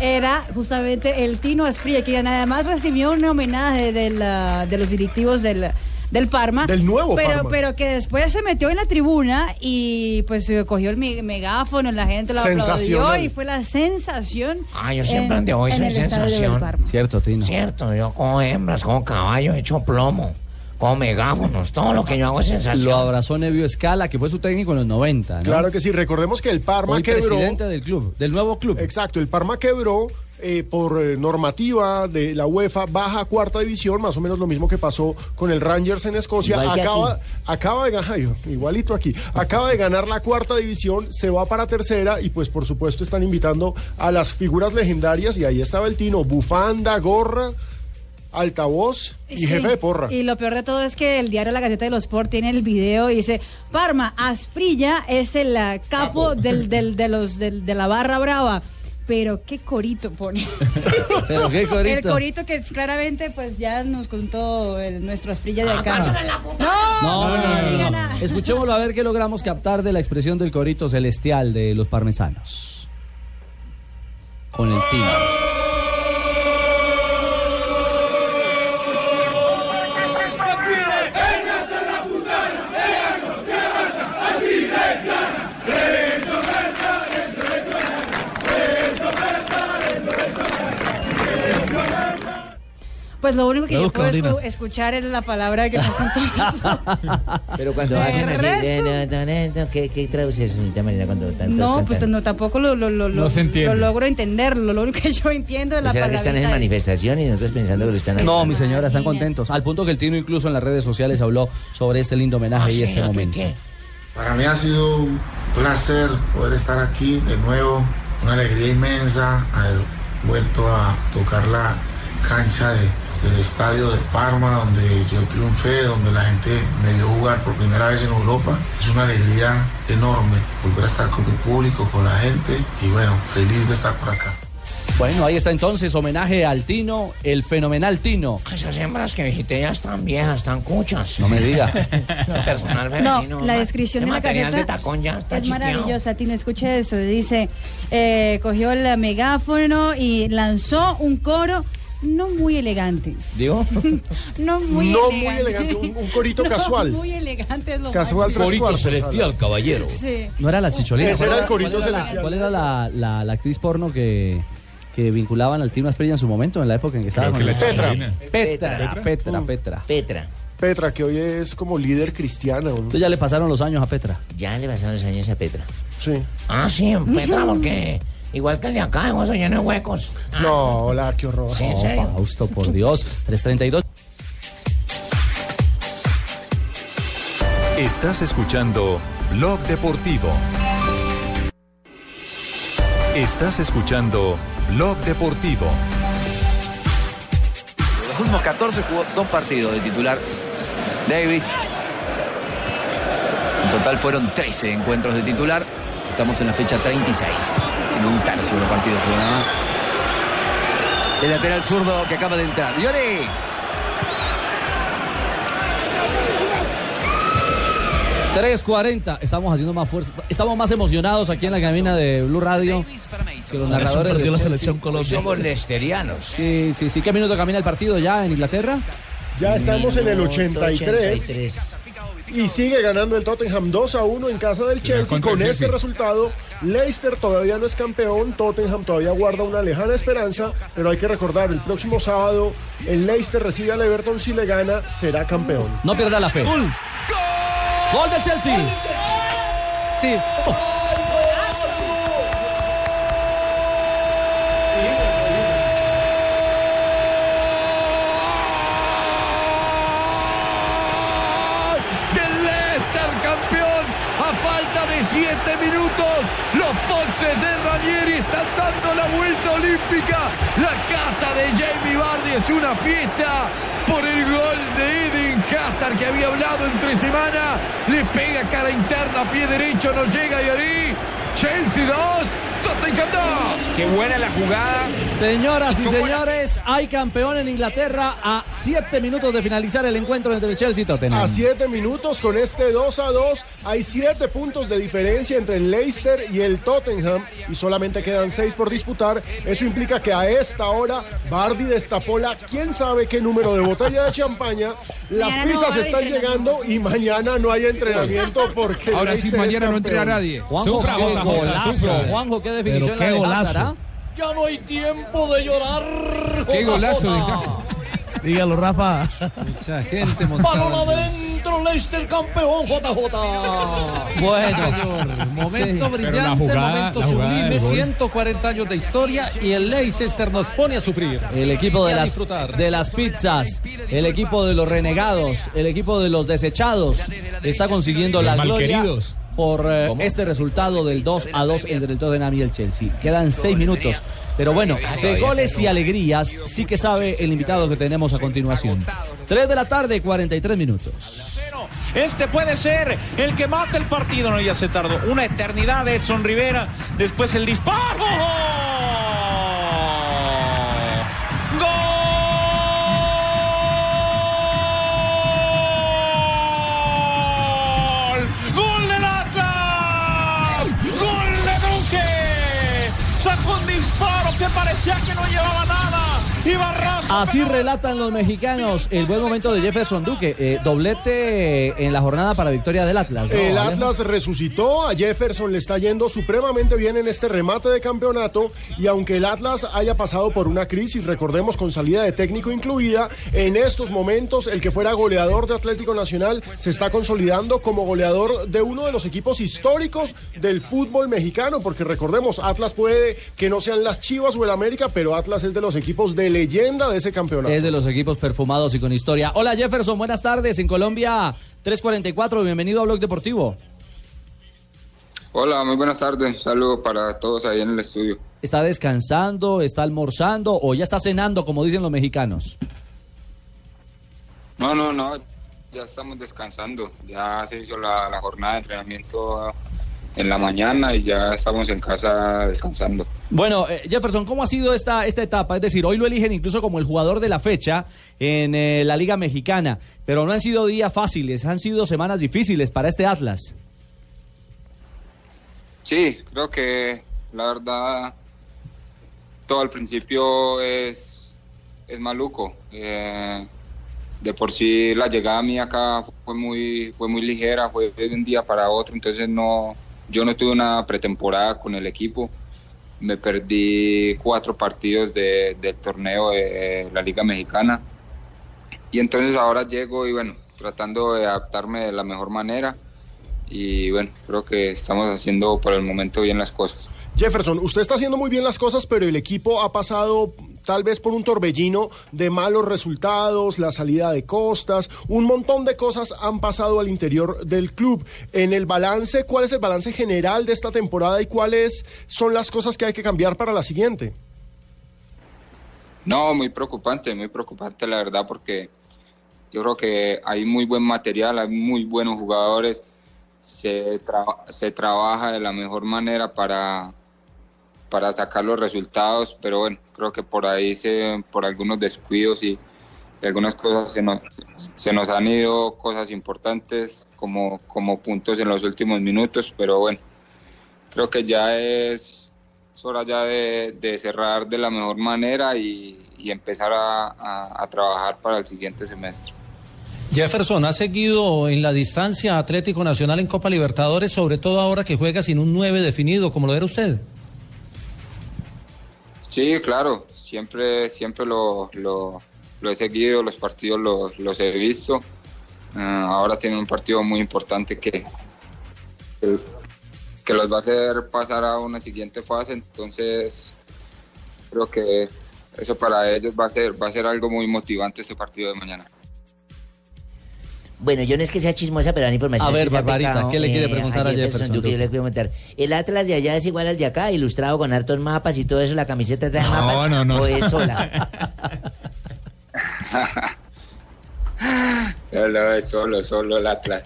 S4: era justamente el Tino Asprilla, que nada más recibió un homenaje de, la- de los directivos del, del Parma.
S2: Del nuevo
S4: pero,
S2: Parma.
S4: Pero que después se metió en la tribuna y pues eh, cogió el me- megáfono, la gente lo aplaudió
S6: Sensacional.
S4: y fue la sensación.
S6: Ah, yo siempre
S4: en-
S6: ande hoy
S4: en
S6: soy
S4: el estadio del
S6: sensación.
S4: Parma.
S3: Cierto, Tino.
S6: Cierto, yo como hembras, como caballo, hecho plomo, como megáfonos, todo
S3: (laughs)
S6: lo que yo hago es sensación.
S3: Lo abrazó Nevio Escala, que fue su técnico en los 90. ¿no?
S2: Claro que sí, recordemos que el Parma
S3: Hoy
S2: quebró.
S3: presidente del club, del nuevo club.
S2: Exacto, el Parma quebró eh, por eh, normativa de la UEFA, baja a cuarta división, más o menos lo mismo que pasó con el Rangers en Escocia.
S8: Igual que
S2: Acaba,
S8: aquí.
S2: acaba de ganar, ay, igualito aquí, acaba de ganar la cuarta división, se va para tercera y pues por supuesto están invitando a las figuras legendarias y ahí estaba el Tino, bufanda, gorra, altavoz y
S4: Sí.
S2: jefe de porra.
S4: Y lo peor de todo es que el diario La Gaceta de los Sport tiene el video y dice, Parma, Asprilla es el ah, capo, Del, del- de, los, del- de la barra brava. Pero qué corito pone.
S3: Pero qué
S4: El
S3: corito.
S4: corito que claramente pues ya nos contó el- nuestro Asprilla
S6: Ah,
S4: de acá.
S3: No, no, no, no,
S4: diga
S3: no.
S4: nada.
S3: Escuchémoslo a ver qué logramos captar de la expresión del corito celestial de los parmesanos. Con el tino.
S4: Pues lo único que
S20: La
S4: yo
S20: busca,
S4: puedo
S20: Marina.
S4: escu- escuchar es la palabra que nos contó. (laughs)
S13: Pero cuando
S4: De
S13: hacen así,
S4: resto-
S13: eh, no, no, no, ¿qué, qué traduces, señorita Marina, cuando tantos
S4: No,
S13: cantan?
S4: pues no, tampoco lo, lo, lo,
S13: No
S4: lo-
S13: se entiende.
S4: lo logro entenderlo. Lo único que yo entiendo es la
S13: ¿Será que
S4: palabra.
S13: están en manifestación y nosotros pensando que lo están
S3: No, mi señora, están contentos. Al punto que el Tino incluso en las redes sociales habló sobre este lindo homenaje
S28: Ah,
S3: y
S28: sí,
S3: este
S28: lo
S3: momento.
S28: Para mí ha sido un placer poder estar aquí de nuevo, una alegría inmensa haber vuelto a tocar la cancha de- del estadio de Parma, donde yo triunfé, donde la gente me vio jugar por primera vez en Europa. Es una alegría enorme volver a estar con mi público, con la gente y bueno, feliz de estar por acá.
S3: Bueno, ahí está entonces homenaje al Tino, el fenomenal Tino.
S6: Esas hembras que visité ya están viejas, están cuchas.
S3: No me
S13: (laughs)
S3: diga.
S6: Personal femenino.
S4: No,
S6: (laughs)
S4: la descripción
S6: El
S4: de la
S6: material
S4: cajeta
S6: de tacón ya está
S4: es
S6: chiqueado.
S4: maravillosa. Tino, escucha eso. Dice, eh, cogió el megáfono y lanzó un coro no muy elegante.
S3: (laughs)
S2: ¿Digo?
S4: No muy
S2: No
S4: elegante.
S2: muy elegante, un- un corito
S4: (laughs) No
S2: casual.
S4: muy elegante es lo
S2: Casual
S4: máximo.
S2: tres cuartos.
S3: celestial,
S2: caballero.
S4: Sí.
S3: No era la chicholina.
S2: Ese
S3: ¿Cuál
S2: era el
S3: cuál
S2: corito
S3: era la-
S2: celestial.
S3: ¿Cuál era la, la- la actriz porno que, que vinculaban al Tino Asprilla en su momento, en la época en que estaba
S2: Creo
S3: con
S2: que
S3: el-
S2: la Petra.
S3: Petra, Petra, Petra,
S2: Mm.
S3: Petra.
S13: Petra.
S2: Petra, que hoy es como líder cristiana.
S3: Entonces ya le pasaron los años a Petra.
S13: Ya le pasaron los años a Petra.
S2: Sí.
S6: Ah, sí, en Petra, porque igual que el de acá, eso lleno de huecos.
S2: No, hola, qué horror.
S6: Sí, en
S3: Oh,
S6: serio.
S3: Fausto, por Dios. 332.
S17: Estás escuchando Blog Deportivo. Estás escuchando Blog Deportivo.
S1: Los últimos 14 jugó dos partidos de titular. Davis. En total fueron 13 encuentros de titular. Estamos en la fecha 36. En un tercio de partidos jugó nada más. El lateral zurdo que acaba de entrar. Dione.
S3: cuarenta. Estamos haciendo más fuerza. Estamos más emocionados aquí en la cabina de Blue Radio que los narradores de Chelsea.
S6: Somos lesterianos.
S3: Sí, sí, sí. ¿Qué minuto camina el partido ya en Inglaterra?
S2: Ya estamos en el 83. Y sigue ganando el Tottenham 2 a 1 en casa del Chelsea.
S3: contra el
S2: Con este
S3: Chelsea.
S2: resultado, Leicester todavía no es campeón. Tottenham todavía guarda una lejana esperanza. Pero hay que recordar: el próximo sábado, el Leicester recibe al Everton. Si le gana, será campeón.
S3: No pierda la fe. Gol. Gol del Chelsea. Sí.
S1: del Leicester campeón a falta de 7 minutos los Foxes de Ranieri están dando la vuelta olímpica la casa de Jamie Vardy es una fiesta por el gol de Eden Hazard que había hablado entre semana le pega cara interna pie derecho no llega y ahí Chelsea 2 Tottenham 2
S29: Qué buena la jugada.
S3: Señoras y señores, hay campeón en Inglaterra a 7 minutos de finalizar el encuentro entre Chelsea y Tottenham.
S2: A 7 minutos con este 2 a 2 hay 7 puntos de diferencia entre el Leicester y el Tottenham y solamente quedan 6 por disputar. Eso implica que a esta hora Bardi destapó la quién sabe qué número de botella de champaña. Las
S4: Mañana no va a
S2: pizzas
S4: haber
S2: están llegando y mañana no hay entrenamiento porque el
S10: Ahora sí,
S2: Leicester es
S10: mañana no entra
S2: campeón.
S10: nadie.
S3: Juanjo,
S10: Sufra,
S3: qué
S10: Jota, Jota,
S3: golazo.
S10: sufra.
S3: Juanjo, qué definición la de Hazard, ¿ah?
S30: Ya no hay tiempo de llorar.
S20: Qué golazo de Dígalo, Rafa.
S3: gente
S30: Balón adentro, Leicester campeón, JJ.
S3: Bueno,
S30: señor.
S9: Momento brillante, momento sublime, 140 años de historia y el Leicester nos pone a sufrir.
S3: El equipo
S9: Y
S3: de
S9: a
S3: las,
S9: disfrutar.
S3: de las pizzas, el equipo de los renegados, el equipo de los desechados está consiguiendo
S9: Los
S3: la gloria
S9: malqueridos.
S3: por eh, este resultado del 2 a 2 entre el Tottenham y el Chelsea. Quedan 6 minutos, pero bueno, de goles y alegrías sí que sabe el invitado que tenemos a continuación. 3 de la tarde, 43 minutos.
S8: Este puede ser el que mata el partido. No, ya se tardó. Una eternidad de Edson Rivera. Después el disparo. ¡Gol! ¡Gol del Atlas! ¡Gol de Duque! Sacó un disparo que parecía que no llevaba nada.
S3: Así relatan los mexicanos el buen momento de Jefferson Duque. eh, doblete en la jornada para victoria del Atlas. ¿no,
S2: El
S3: Alejo?
S2: Atlas resucitó, a Jefferson le está yendo supremamente bien en este remate de campeonato y aunque el Atlas haya pasado por una crisis, recordemos con salida de técnico incluida, en estos momentos el que fuera goleador de Atlético Nacional se está consolidando como goleador de uno de los equipos históricos del fútbol mexicano, porque recordemos, Atlas puede que no sean las Chivas o el América, pero Atlas es de los equipos de leyenda de ese campeonato.
S3: Es de los equipos perfumados y con historia. Hola Jefferson, buenas tardes. En Colombia 344, bienvenido a Blog Deportivo.
S26: Hola, muy buenas tardes. Saludos para todos ahí en el estudio.
S3: ¿Está descansando, está almorzando o ya está cenando, como dicen los mexicanos?
S26: No, no, no. Ya estamos descansando. Ya se hizo la, la jornada de entrenamiento en la mañana y ya estamos en casa descansando.
S3: Bueno, eh, Jefferson, ¿cómo ha sido esta, esta etapa? Es decir, hoy lo eligen incluso como el jugador de la fecha en eh, la Liga Mexicana, pero no han sido días fáciles, han sido semanas difíciles para este Atlas.
S26: Sí, creo que la verdad todo al principio es, es maluco. Eh, de por sí la llegada mía acá fue muy fue muy ligera, fue de un día para otro, entonces no yo no tuve una pretemporada con el equipo. Me perdí cuatro partidos de- del torneo de la Liga Mexicana. Y entonces ahora llego y bueno, tratando de adaptarme de la mejor manera. Y bueno, creo que estamos haciendo por el momento bien las cosas.
S2: Jefferson, usted está haciendo muy bien las cosas, pero el equipo ha pasado tal vez por un torbellino de malos resultados, la salida de costas, un montón de cosas han pasado al interior del club. En el balance, ¿cuál es el balance general de esta temporada y cuáles son las cosas que hay que cambiar para la siguiente?
S26: No, muy preocupante, muy preocupante la verdad porque yo creo que hay muy buen material, hay muy buenos jugadores, se, tra- se trabaja de la mejor manera para, para sacar los resultados, pero bueno, creo que por ahí se, por algunos descuidos y algunas cosas se nos, se nos han ido cosas importantes como, como puntos en los últimos minutos, pero bueno, creo que ya es es hora ya de, de cerrar de la mejor manera y, y empezar a, a- a trabajar para el siguiente semestre.
S14: Jefferson ha seguido en la distancia Atlético Nacional en Copa Libertadores, sobre todo ahora que juega sin un 9 definido, como lo era usted.
S26: Sí, claro, siempre, siempre lo, lo- lo he seguido, los partidos los, los he visto. Eh, ahora tiene un partido muy importante que, que, que los va a hacer pasar a una siguiente fase, entonces creo que eso para ellos va a ser, va a ser algo muy motivante este partido de mañana.
S6: Bueno, yo no es que sea chismosa, pero la información
S26: A
S6: es que
S26: ver,
S6: se ha
S26: Barbarita,
S6: pegado,
S26: ¿qué le quiere
S6: eh,
S26: preguntar a Jefferson
S6: Duque?
S26: Duque?
S6: Yo le quiero preguntar, ¿el Atlas de allá es igual al de acá, ilustrado con hartos mapas y todo eso, la camiseta trae mapas?
S26: no, no.
S6: ¿O es
S26: (laughs)
S6: sola?
S26: Solo, solo, solo el Atlas.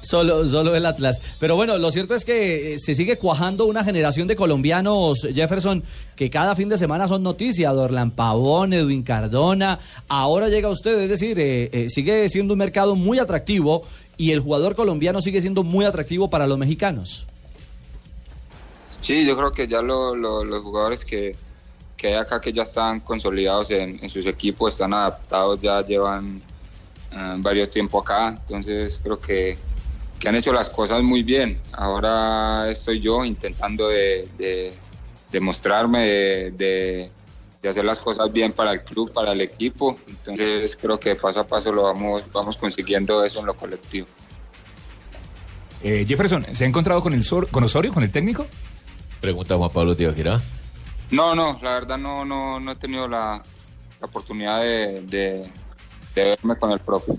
S3: Solo, solo el Atlas. Pero bueno, lo cierto es que eh, se sigue cuajando una generación de colombianos, Jefferson, que cada fin de semana son noticias. Dorlan Pavón, Edwin Cardona. Ahora llega usted, es decir, eh, eh, sigue siendo un mercado muy atractivo y el jugador colombiano sigue siendo muy atractivo para los mexicanos.
S26: Sí, yo creo que ya lo- lo- los jugadores que, que hay acá que ya están consolidados en, en sus equipos, están adaptados, ya llevan eh, varios tiempos acá, entonces creo que, que han hecho las cosas muy bien. Ahora estoy yo intentando de, de, de mostrarme, de, de- de hacer las cosas bien para el club, para el equipo, entonces creo que paso a paso lo vamos, vamos consiguiendo eso en lo colectivo.
S10: Eh, Jefferson, ¿se ha encontrado con, el Sor- con Osorio, con el técnico?
S22: Pregunta Juan Pablo Tibaquirá.
S26: No, no, la verdad no, no, no he tenido la, la oportunidad de, de- de verme con el profe.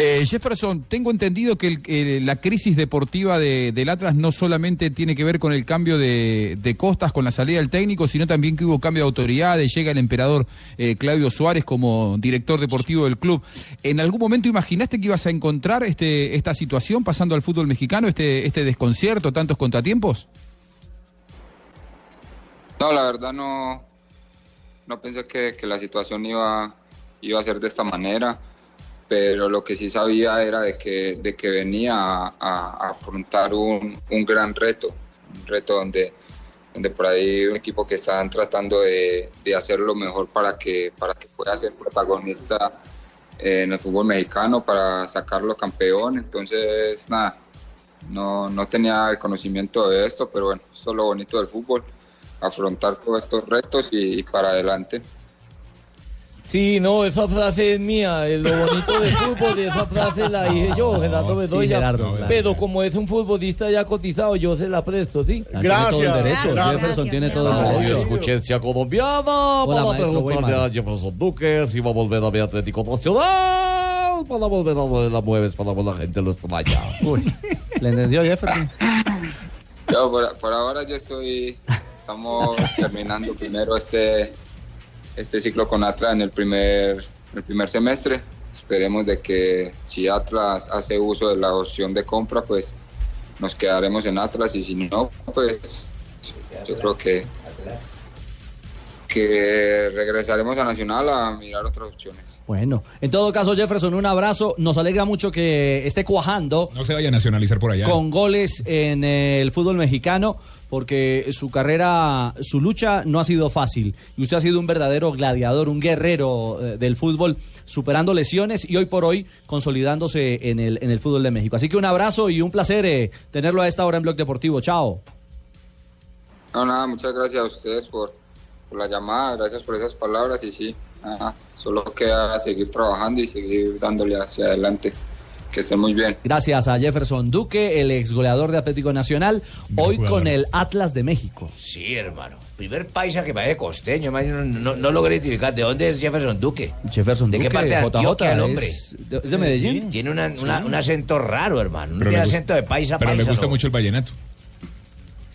S10: Eh, Jefferson, tengo entendido que el- eh, la crisis deportiva de- del Atlas no solamente tiene que ver con el cambio de, de costas, con la salida del técnico, sino también que hubo cambio de autoridades, llega el emperador eh, Claudio Suárez como director deportivo del club. ¿En algún momento imaginaste que ibas a encontrar este, esta situación pasando al fútbol mexicano, este, este desconcierto, tantos contratiempos?
S26: No, la verdad no, no pensé que, que la situación iba, iba a ser de esta manera, pero lo que sí sabía era de que, de que venía a, a- a afrontar un, un gran reto, un reto donde, donde por ahí un equipo que están tratando de, de hacer lo mejor para que, para que pueda ser protagonista eh, en el fútbol mexicano, para sacarlo campeón. Entonces, nada, no, no tenía el conocimiento de esto, pero bueno, eso es lo bonito del fútbol, afrontar todos estos retos y- y para adelante.
S8: Sí, no, esa frase es mía. eh, Lo bonito del fútbol, esa frase la dije
S20: eh.
S8: yo, Gerardo Bedoya.
S3: Gerardo, claro.
S8: pero como es un futbolista ya cotizado, yo se la presto, ¿sí?
S3: Jefferson tiene todo el
S20: Radio
S3: derecho.
S20: Escuchencia Colombiana para
S3: maestro
S20: preguntarle a
S3: Weyman.
S20: Jefferson Duque si va a volver a ver Atlético Nacional para volver a ver la mueves para que la gente lo extraña.
S3: ¿Le entendió Jefferson?
S26: Yo, por, por ahora yo estoy, estamos terminando primero este, este ciclo con Atlas en el primer, el primer semestre. Esperemos de que si Atlas hace uso de la opción de compra, pues nos quedaremos en Atlas y si no, pues yo creo que, que regresaremos a Nacional a mirar otras opciones.
S3: Bueno, en todo caso, Jefferson, un abrazo. Nos alegra mucho que esté cuajando.
S10: No se vaya a nacionalizar por allá.
S3: Con goles en eh, el fútbol mexicano, porque su carrera, su lucha no ha sido fácil. Y usted ha sido un verdadero gladiador, un guerrero eh, del fútbol, superando lesiones y hoy por hoy consolidándose en el, en el fútbol de México. Así que un abrazo y un placer eh, tenerlo a esta hora en Blog Deportivo. Chao.
S26: No, nada, muchas gracias a ustedes por, por la llamada, gracias por esas palabras y sí, nada, solo queda seguir trabajando y seguir dándole hacia adelante. Que estén muy bien.
S3: Gracias a Jefferson Duque, el ex goleador de Atlético Nacional, hoy con el Atlas de México.
S6: Sí, hermano. Primer paisa que parece costeño, hermano, no, no, no logré identificar. ¿De dónde es Jefferson Duque?
S3: Jefferson
S6: ¿De
S3: Duque,
S6: qué parte de Antioquia
S3: JJ,
S6: el hombre?
S3: es de, es de Medellín.
S6: Tiene una- una-
S3: Sí.
S6: un acento raro, hermano. No
S3: Pero
S6: tiene
S3: le gusta-
S6: acento de paisa
S10: Pero le
S6: paisa,
S10: gusta
S6: ¿no?
S10: mucho el vallenato.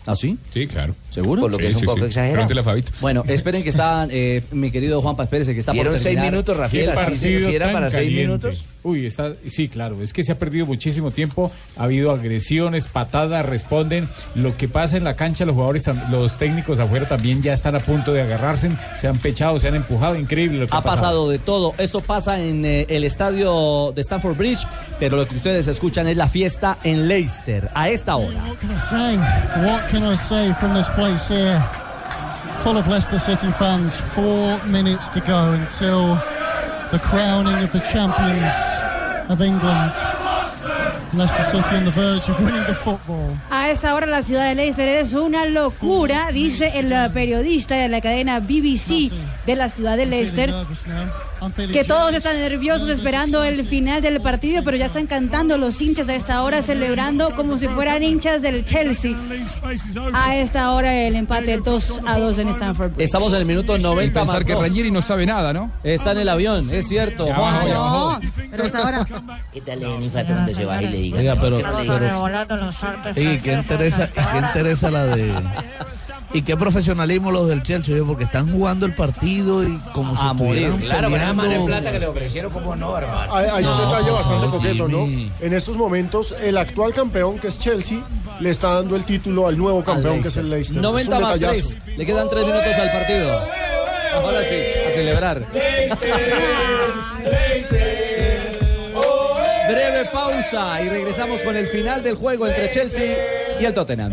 S3: ¿Ah, sí?
S10: Sí, claro.
S3: ¿Seguro?
S6: Por lo que es un poco exagerado.
S10: Pregúntele a Fabito.
S3: Bueno, esperen que está eh, mi querido Juanpa, espérese que está por
S6: Dieron
S3: terminar.
S6: seis minutos,
S5: Qué
S6: Rafita, si- si-
S5: partido
S6: si era
S5: tan
S6: para seis
S5: caliente.
S6: minutos.
S5: Uy, está, sí, claro, es que se ha perdido muchísimo tiempo, ha habido agresiones, patadas, responden. Lo que pasa en la cancha, los jugadores, tam- los técnicos afuera también ya están a punto de agarrarse, se han pechado, se han empujado, increíble lo que ha,
S3: Ha pasado de todo. Esto pasa en eh, el estadio de Stanford Bridge, pero lo que ustedes escuchan es la fiesta en Leicester, a esta hora.
S18: What can I say? What can I say from this place here? Full of Leicester City fans. Four minutes to go until the crowning of the champions of England. Leicester City on the verge of winning the football.
S4: A esta hora la ciudad de Leicester es una locura, dice el eh, periodista de la cadena BBC de la ciudad de Leicester. Que todos están nerviosos esperando el final del partido, pero ya están cantando los hinchas a esta hora, celebrando como si fueran hinchas del Chelsea. A esta hora el empate 2 a 2 en Stanford. Bridge.
S3: Estamos en el minuto 90
S10: Pensar
S3: más
S10: que
S3: dos.
S10: Ranieri no sabe nada, ¿no?
S3: Está en el avión, es cierto. Juanjo.
S10: abajo, ya
S4: No, pero hasta ahora.
S6: Dale, Jennifer, donde se va y le diga.
S27: Oiga, pero-
S6: No, le diga.
S27: ¿Y qué interesa, y qué interesa la de.? ¿Y qué profesionalismo los del Chelsea? oye, Porque están jugando el partido y como si estuvieran
S6: Claro, pero la
S27: peleando.
S6: mano de plata que le ofrecieron, como no, hermano?
S2: Hay, hay un detalle bastante coqueto,
S27: Jimmy.
S2: ¿no? En estos momentos, el actual campeón, que es Chelsea, le está dando el título al nuevo campeón, que es el Leicester.
S3: 90
S2: Es un
S3: más
S2: detallazo.
S3: 3. Le quedan 3 minutos al partido. Ahora sí, a celebrar.
S8: Este, Oh.
S3: Breve pausa y regresamos con el final del juego entre Chelsea y el Tottenham.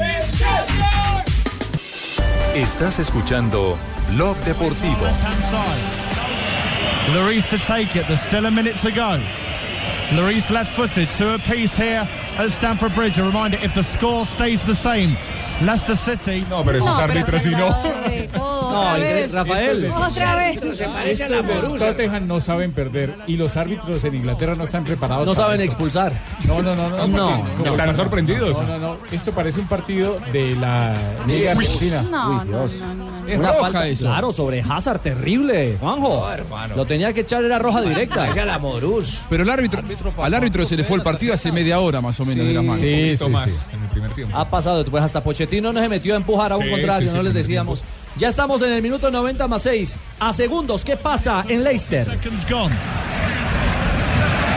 S17: Estás escuchando Blog Deportivo.
S31: Lloris to take it. There's still a minute to go. Lloris left footed, two apiece here at Stamford Bridge. A reminder if the score stays the same, Leicester City. No,
S10: pero esos árbitros sí no.
S31: uh,
S8: (laughs)
S4: Otra vez. Otra vez.
S5: Tottenham no saben perder y los árbitros en Inglaterra no están preparados.
S3: No
S5: para
S3: saben
S5: esto.
S3: expulsar.
S5: No, no, no, no.
S3: No.
S5: porque-
S10: Están
S5: no,
S10: sorprendidos.
S5: No, no, no. Esto parece un partido de la Liga
S10: Uy.
S5: Argentina.
S4: No,
S3: Uy, Dios.
S10: Es
S3: Una
S10: roja
S3: falta,
S10: eso.
S3: Claro, sobre Hazard, terrible, Juanjo. Lo tenía que echar, era roja directa.
S10: Pero el árbitro, al árbitro se le fue el partido hace media hora más o menos de la mano.
S3: sí,
S10: Hizo
S3: sí,
S10: más
S3: sí.
S10: en el primer tiempo.
S3: Ha pasado después, hasta Pochettino no se metió a empujar a un
S10: Sí,
S3: contrario,
S10: sí, sí,
S3: no les
S10: primer
S3: decíamos. Ya estamos en el minuto 90 más 6. A segundos, ¿qué pasa en Leicester?
S31: Seconds gone.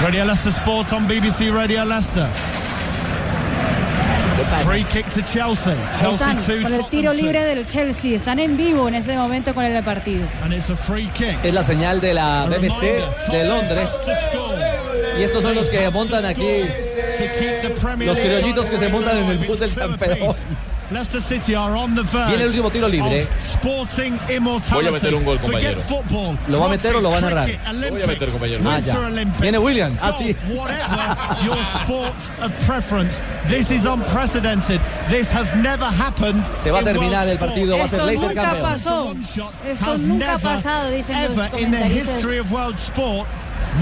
S31: Radio Leicester Sports on BBC Radio Leicester. Free kick to Chelsea. Chelsea
S4: Están
S31: 2.
S4: con el
S31: Tottenham
S4: tiro
S31: 2.
S4: libre del Chelsea. Están en vivo en este momento con el partido.
S31: And it's a free kick.
S3: Es la señal de la BBC de Londres. Y estos son los que montan aquí Los criollitos que se montan en el bus del campeón.
S31: Leicester City are on the verge
S3: Viene el último tiro libre.
S31: of Sporting immortality.
S3: Voy a meter un gol, compañero.
S31: Forget football.
S3: ¿Lo va a meter o lo va a
S31: Rugby,
S3: narrar?
S31: cricket,
S3: Lo voy a
S31: Olympics,
S3: meter, compañero. Ah,
S31: Winter
S3: ya.
S31: Olympics.
S3: Viene William. Ah, sí.
S31: Golf, Whatever your sport of preference, this is unprecedented. This has never happened.
S3: Se va a
S31: in world
S3: terminar el
S31: sport.
S3: partido, va a ser Esto Leicester nunca campeón.
S4: pasó. Esto
S31: Has
S4: nunca ha
S31: never,
S4: pasado, dicen
S31: ever
S4: los
S31: in the
S4: comentaristas.
S31: history of world sport,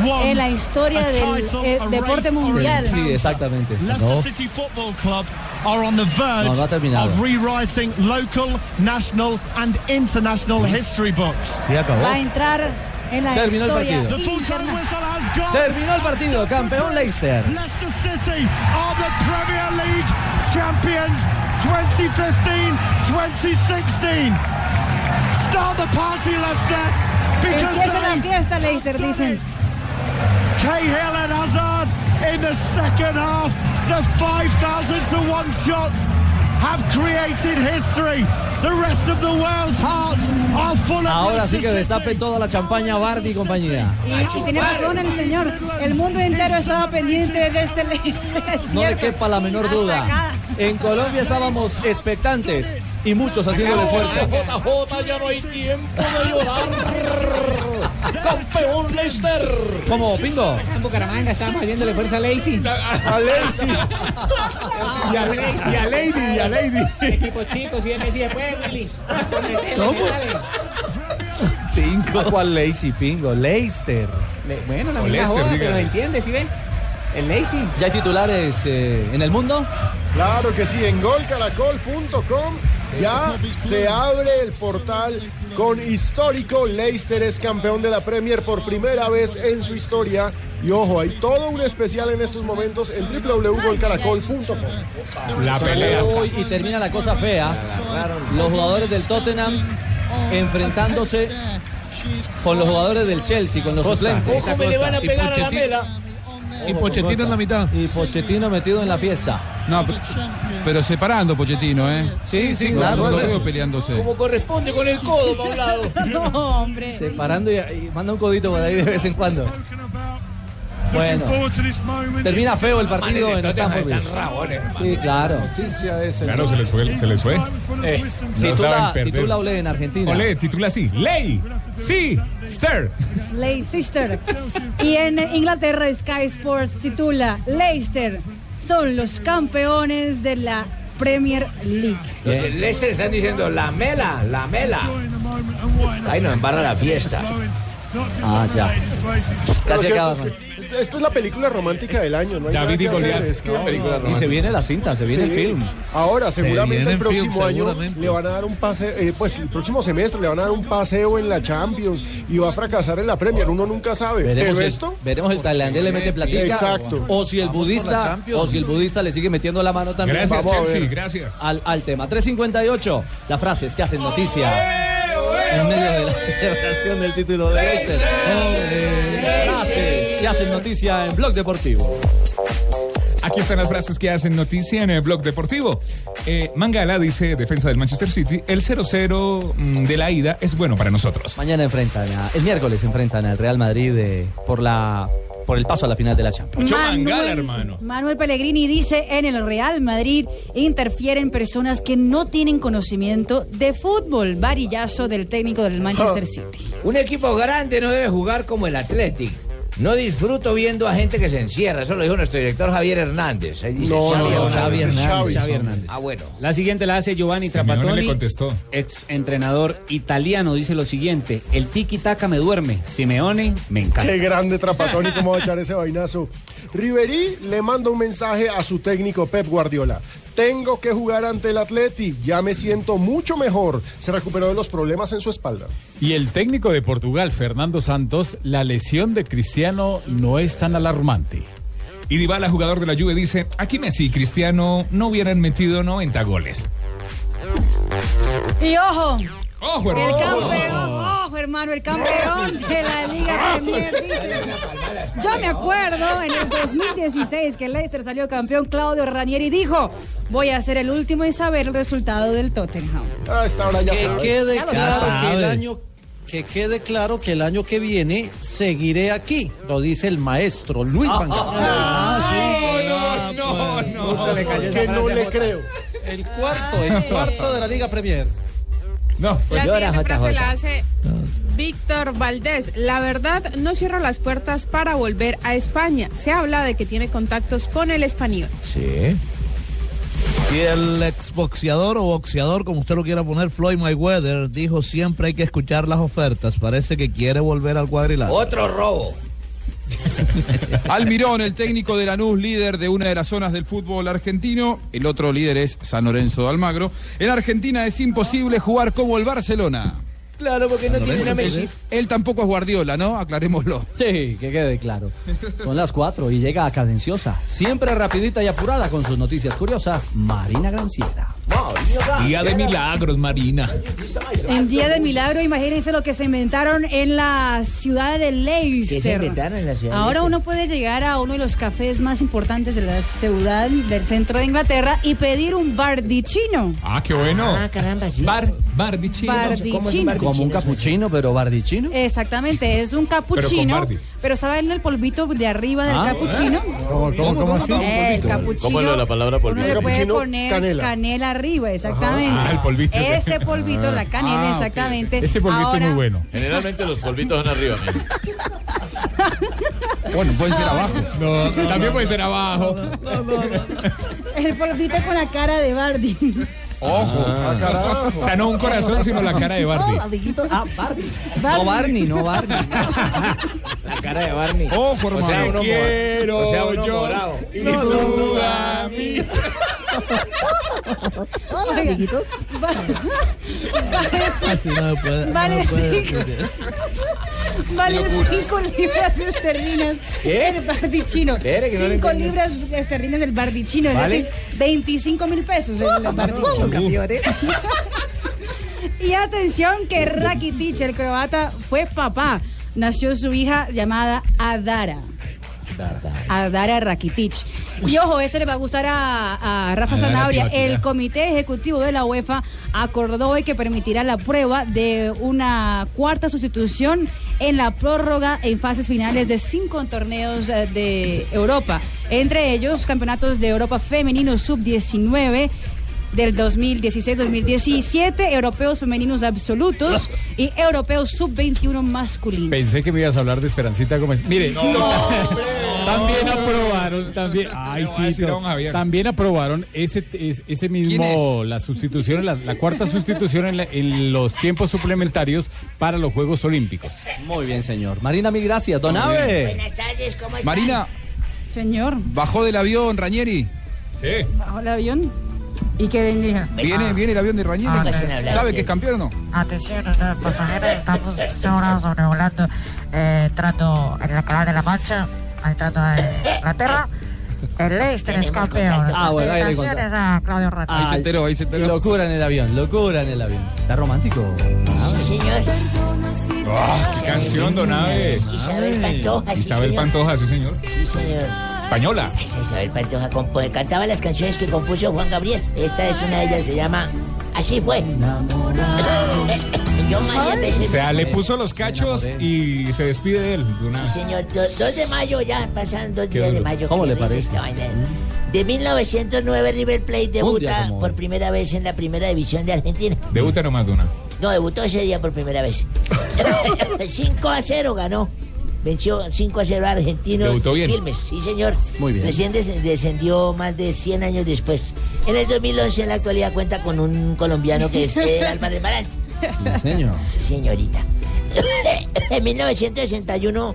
S31: won
S4: En la historia
S31: a
S4: del,
S31: title
S4: eh,
S31: of
S4: deporte
S31: race
S4: mundial.
S31: origin.
S3: Sí, exactamente.
S31: Leicester City Football Club are on the verge
S3: No, no ha terminado.
S31: of rewriting local, national and international history books.
S3: Sí, acabó.
S4: Va a entrar en la
S3: Terminó el
S4: historia.
S3: partido.
S31: The full-time whistle has gone.
S3: Terminó el partido, campeón Leicester.
S31: Leicester City are the Premier League champions 2015-2016. Start the party, Leicester, because
S4: Empieza la
S31: they
S4: fiesta, Leicester, dicen.
S31: Cahill and Hazard in the second half. The 5,000 to one shots have created history. The rest of the world's hearts are full of
S3: Ahora
S31: Leicester
S3: sí que
S31: City.
S3: destape toda la champaña Bardi y compañía.
S4: Y, y tiene razón el señor. El mundo entero estaba pendiente (laughs) de este Leicester. es
S3: No le
S4: cierto.
S3: quepa la menor
S4: Hasta
S3: duda.
S4: acá.
S3: En Colombia estábamos expectantes y muchos haciéndole fuerza.
S8: JJ, ya no hay tiempo de llorar. Campeón Leicester.
S3: ¿Cómo, Pingo?
S28: En Bucaramanga estamos haciéndole fuerza a Lazy.
S3: A Lazy.
S28: Y
S3: a
S28: Lady,
S3: y a Lady, y a Lady.
S28: Equipo chico, si es después, Willy.
S3: ¿Cómo?
S28: Dale.
S3: Pingo. ¿Cuál Lazy, Pingo? Leicester.
S28: Le- Bueno, la
S3: O
S28: misma
S3: Leicester,
S28: joda,
S3: dígale.
S28: pero entiende, ¿sí ve? El Lazy.
S3: ¿Ya hay titulares eh, en el mundo?
S2: Claro que sí, en golcaracol.com ya se abre el portal con histórico. Leicester es campeón de la Premier por primera vez en su historia. Y ojo, hay todo un especial en estos momentos en www.golcaracol.com.
S3: Hoy y termina la cosa fea. Los jugadores del Tottenham enfrentándose con los jugadores del Chelsea, con los suplentes.
S28: ¿Cómo me le van a pegar a la mela?
S3: Y Pochettino en la mitad. Y Pochettino metido en la fiesta.
S10: No, pero, pero separando Pochettino, ¿eh?
S3: Sí, sí,
S10: No,
S3: claro.
S10: No lo veo
S3: (laughs)
S10: peleándose.
S28: Como corresponde con el codo para un lado.
S4: (laughs) No, hombre.
S3: Separando y, y manda un codito por ahí de vez en cuando. Bueno, termina feo el partido en Stamford Bridge. Sí, claro.
S10: Claro, se les fue, se les fue.
S3: Eh, titula, titula Ole en Argentina.
S10: Ole, titula así. Ley. Sí, sir.
S4: Leicester. Y en Inglaterra Sky Sports titula Leicester son los campeones de la Premier League.
S6: Los del Leicester están diciendo la mela, la mela. Ay, nos embarra la fiesta.
S3: Ah, ya.
S2: Pero
S6: Casi
S2: cierto,
S6: acaba.
S2: es que esta, esta es la película romántica del año, ¿no? Hay nada
S3: David
S2: que
S3: y
S2: hacer,
S3: Goliat,
S2: es que-
S3: no, película Y se viene la cinta, se viene el film.
S2: Ahora,
S3: Se
S2: seguramente
S3: viene
S2: el
S3: el film,
S2: próximo año
S3: seguramente.
S2: le van a dar un paseo, eh, pues el próximo semestre le van a dar un paseo en la Champions y va a fracasar en la Premier, uno nunca sabe.
S3: Veremos,
S2: Pero
S3: el-
S2: esto,
S3: veremos el tailandés le mete platica.
S2: Exacto.
S3: O si el budista, o si el budista le sigue metiendo la mano también.
S10: Gracias,
S3: Vamos a
S10: Chelsea,
S3: ver.
S10: gracias.
S3: Al, al tema. 358. Las frases que hacen noticia. En medio de la (laughs) celebración del título de Leicester. Frases que hacen noticia en Blog Deportivo.
S10: Aquí están las frases que hacen noticia en el blog deportivo. Eh, Mangala dice, defensa del Manchester City, el 0-0 mm, de la ida es bueno para nosotros.
S3: Mañana enfrentan a- el miércoles enfrentan al Real Madrid eh, por la por el paso a la final de la Champions.
S4: Manuel Pellegrini dice en el Real Madrid interfieren personas que no tienen conocimiento de fútbol. Varillazo del técnico del
S10: Oh.
S4: Manchester City.
S6: Un equipo grande no debe jugar como el Athletic. No disfruto viendo a gente que se encierra. Eso lo dijo nuestro director Javier Hernández. Ahí dice Xavi Hernández.
S28: Xavi Hernández. Xavi Hernández.
S6: Ah, bueno.
S28: La siguiente la hace Giovanni
S10: Simeone
S28: Trapattoni.
S10: le contestó.
S28: Ex entrenador italiano dice lo siguiente: El tiki taka me duerme. Simeone me encanta.
S2: qué grande trapatón y cómo va a echar ese vainazo. Riverí le manda un mensaje a su técnico Pep Guardiola. Tengo que jugar ante el Atleti, ya me siento mucho mejor. Se recuperó de los problemas en su espalda.
S5: Y el técnico de Portugal, Fernando Santos, la lesión de Cristiano no es tan alarmante.
S10: Y Dybala, jugador de la Juve, dice, aquí Messi y Cristiano no hubieran metido 90 goles.
S4: Y ojo.
S10: Ojo,
S4: el
S10: hermano.
S4: campeón, ojo hermano, el campeón de la Liga Premier dice. Yo me acuerdo en el 2016 que Leicester salió campeón, Claudio Ranieri dijo, voy a ser el último en saber el resultado del Tottenham.
S2: Ah, esta hora ya
S14: que
S2: sabe.
S14: quede
S2: Ya lo
S14: claro
S2: sabe.
S14: que el año que quede claro que el año que viene seguiré aquí, lo dice el maestro Luis Van Gaal.
S2: Ah, sí.
S14: no,
S8: pues,
S14: no.
S2: Justo le cayó esa Que no frase a le Jota. creo.
S14: El cuarto, el cuarto de la Liga Premier.
S10: No,
S8: Pues
S25: pues
S13: La siguiente frase la hace Víctor Valdés. La verdad, no cierro las puertas para volver a España. Se habla de que tiene contactos con el español.
S27: Sí. Y el exboxeador o boxeador, como usted lo quiera poner, Floyd Mayweather, dijo siempre hay que escuchar las ofertas. Parece que quiere volver al cuadrilátero.
S6: Otro robo.
S10: Almirón, el técnico de Lanús, líder de una de las zonas del fútbol argentino. El otro líder es San Lorenzo de Almagro. En Argentina es imposible jugar como el Barcelona.
S13: Claro, porque no
S10: tiene
S13: tienen a Messi.
S10: Él tampoco es Guardiola, ¿no? Aclarémoslo.
S3: Sí, que quede claro. Son las cuatro y llega a Cadenciosa, siempre rapidita y apurada con sus noticias curiosas, Marina Granciera.
S25: Día de milagros, Marina.
S4: En día de milagro, imagínense lo que se inventaron en la ciudad de Leicester.
S13: ¿Qué se inventaron en la ciudad de
S4: Ahora
S13: Leicester?
S4: uno puede llegar a uno de los cafés más importantes de la ciudad del centro de Inglaterra y pedir un bardichino.
S25: Ah, qué bueno.
S4: Ah,
S13: caramba, sí.
S25: Bar, bardichino.
S4: Bardichino. ¿Cómo es un bardichino?
S3: Como un capuchino, pero bardichino.
S4: Exactamente, es un capuchino,
S3: Bardi.
S4: pero, saben el polvito de arriba del
S3: Ah.
S4: capuchino.
S25: ¿Cómo, cómo, cómo así?
S4: Eh, el capuchino.
S20: ¿Cómo es lo de la palabra
S4: Uno le
S20: polvito?
S4: puede poner canela, arriba, exactamente.
S20: Ah, el polvito.
S4: Ese polvito,
S20: Ah.
S4: la canela,
S20: Ah, ok, ok.
S4: exactamente.
S20: es
S4: Ahora,
S20: bueno. Generalmente los polvitos van arriba. mira.
S10: Bueno, pueden ser abajo.
S25: también puede ser abajo.
S4: El polvito con la cara de Bardi.
S10: Ojo.
S29: Ah,
S25: o sea, no un corazón, sino la cara de Barney.
S4: Ah, Bardi.
S3: No Barney, no Barney.
S25: La cara de Barney.
S8: Oh,
S25: Ojo,
S3: hermano.
S25: O sea, quiero
S3: O sea,
S25: yo.
S3: uno morado.
S25: Y
S3: No,
S25: tú
S3: no, no.
S25: a mí.
S4: Hola, amiguitos.
S27: Así no se puede. no
S4: Vale
S27: se puede.
S4: cinco. Vale
S27: locura.
S4: 5 libras esterlinas
S27: ¿Qué?
S4: el bardichino.
S27: Espere, que no le
S4: 5
S27: entendí.
S4: libras esterlinas del bardichino, es
S27: ¿Vale? ¿eh?
S4: decir, 25 mil pesos el bardichino. (laughs) Y atención que Rakitic, el croata, fue papá. Nació su hija llamada Adara. Adara Rakitic. Y ojo, ese le va a gustar a, a Rafa
S13: Adara
S4: Zanabria.
S13: Tibaquirá.
S4: El Comité Ejecutivo de la UEFA acordó hoy que permitirá la prueba de una cuarta sustitución en la prórroga en fases finales de cinco torneos eh, de Europa. Entre ellos, campeonatos de Europa femenino sub-19 del 2016-2017, europeos femeninos absolutos y europeos sub-21 masculinos.
S5: Pensé que me ibas a hablar de Esperancita Gómez. Mire, también aprobaron, también, ay,
S10: a
S5: sí,
S10: decir a
S5: pero
S10: don Javier.
S5: también aprobaron ese, es- ese mismo, la sustitución, la, la cuarta sustitución en, la- en los tiempos suplementarios para los Juegos Olímpicos.
S3: Muy bien, señor. Marina, mil gracias. Don Ave.
S13: Buenas tardes, ¿cómo están?
S10: Marina.
S4: Señor.
S10: ¿Bajó del avión, Rañeri? Sí.
S4: Bajó el avión y quedé indígena.
S10: ¿Viene, viene el avión de Rañeri?
S13: Ah, recién hablaron
S10: ¿Sabe
S13: de-
S10: que es campeón o no?
S13: Atención, eh, pasajeros, estamos ahora sobrevolando, eh, entrando en la canal de la Mancha, entrando en Inglaterra. El Leicester es campeón.
S3: contacto. Ah, bueno, ahí le conté.
S13: Felicitaciones a Claudio Rocha.
S3: Ay, Locura en el avión, locura en el avión. Está romántico.
S13: Sí, señor.
S25: Ah, qué canción, don Ave.
S13: Isabel Pantoja, sí,
S25: Isabel
S13: señor.
S25: Pantoja, sí, señor.
S13: Sí, señor.
S25: Española.
S13: Esa Isabel Pantoja compo- cantaba las canciones que compuso Juan Gabriel. Esta es una de ellas, se llama Así fue. Yo más de
S25: O
S13: veces.
S25: sea, le puso los cachos y se despide de él. de una-
S13: Sí, señor. Do- 2 de mayo ya, pasan dos
S25: Qué
S13: días de
S25: duro.
S13: mayo.
S25: ¿Cómo
S13: que
S25: le
S13: viene
S25: parece?
S13: esta vaina. De 1909 River Plate
S25: día
S13: debuta
S25: como hoy.
S13: por primera vez en la primera división de Argentina.
S25: Debuta nomás de una.
S13: No, debutó ese día por primera
S3: (laughs)
S13: vez. 5 a 0 ganó. Venció 5 a 0 a Argentinos.
S25: Debutó bien.
S13: Quilmes, sí, señor.
S25: Muy bien.
S13: Recién des- descendió más de 100 años después. En el 2011, en la actualidad, cuenta con un colombiano que
S3: (laughs)
S13: es Fidel Álvarez Barán.
S3: señor.
S13: Sí, señorita. (coughs) en 1961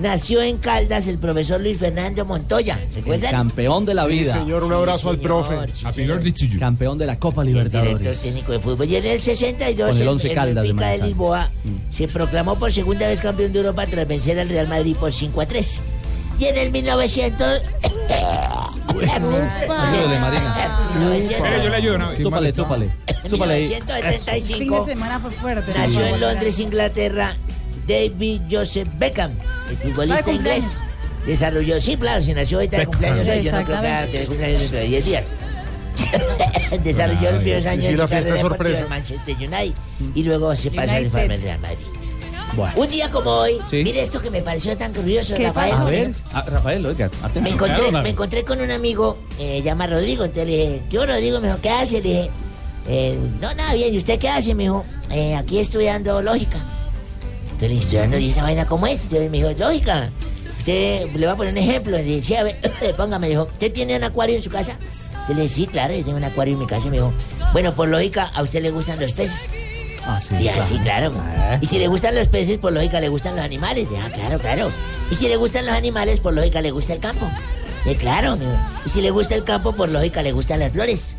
S13: nació en Caldas el profesor Luis Fernando Montoya.
S3: El
S13: ¿Recuerdan?
S3: campeón de la
S13: Sí,
S3: vida.
S13: señor, un Sí, abrazo al señor, profe. sí, señor.
S3: Campeón de la Copa
S13: Director
S3: Libertadores.
S13: técnico de fútbol. Y en el 62,
S3: Con el
S13: en-
S3: Once
S13: en
S3: Caldas de
S13: Benfica de,
S3: Manizales. Mm.
S13: Lisboa, se proclamó por segunda vez campeón de Europa tras vencer al Real Madrid por 5 a 3. Y en el (coughs) 1900...
S3: Ayúdele, Marina.
S13: (laughs) 1900.
S3: Mire, yo le ayudo, no, Túpale,
S13: (laughs)
S3: túpale. Túpale ahí.
S4: Fin de
S13: 1975
S4: semana fue fuerte.
S13: nació en Londres, Inglaterra, David Joseph Beckham, el
S4: Está
S13: futbolista
S4: de cumpleaños.
S13: inglés. Desarrolló, sí, claro, si nació ahorita de cumpleaños, hoy, yo no creo que haga
S4: Exactamente.
S13: tener cumpleaños dentro de 10 días. (laughs) Desarrolló los primeros
S2: sí,
S13: años
S2: sí,
S13: de
S2: la
S13: su
S2: fiesta
S13: carrera
S2: sorpresa.
S13: deportiva en Manchester United y luego se pasó al
S2: United.
S13: Informe Real Madrid. Bueno. Un día como hoy, mire esto que me pareció tan curioso, Rafael.
S3: A ver, ah, Rafael, oiga,
S13: Me encontré, me encontré con un amigo, eh, llama Rodrigo, entonces le dije, yo Rodrigo, me dijo, ¿qué hace? Le dije, eh, no, nada, bien, ¿y usted qué hace? Me dijo, "Eh, aquí estudiando lógica. Entonces le dije, estudiando, ¿y esa vaina cómo es? Entonces me dijo, lógica. Usted, le voy a poner un ejemplo, le dije, sí, a ver, (coughs) póngame, le dijo, ¿usted tiene un acuario en su casa? Entonces le dije, sí, claro, yo tengo un acuario en mi casa, me dijo, bueno, por lógica, a usted le gustan los peces.
S3: Ah, sí,
S13: Y así, claro. Y si le gustan los peces, por lógica le gustan los animales. Ah, claro, claro. Y si le gustan los animales, por lógica le gusta el campo. Eh, claro, mi- Y si le gusta el campo, por lógica le gustan las flores.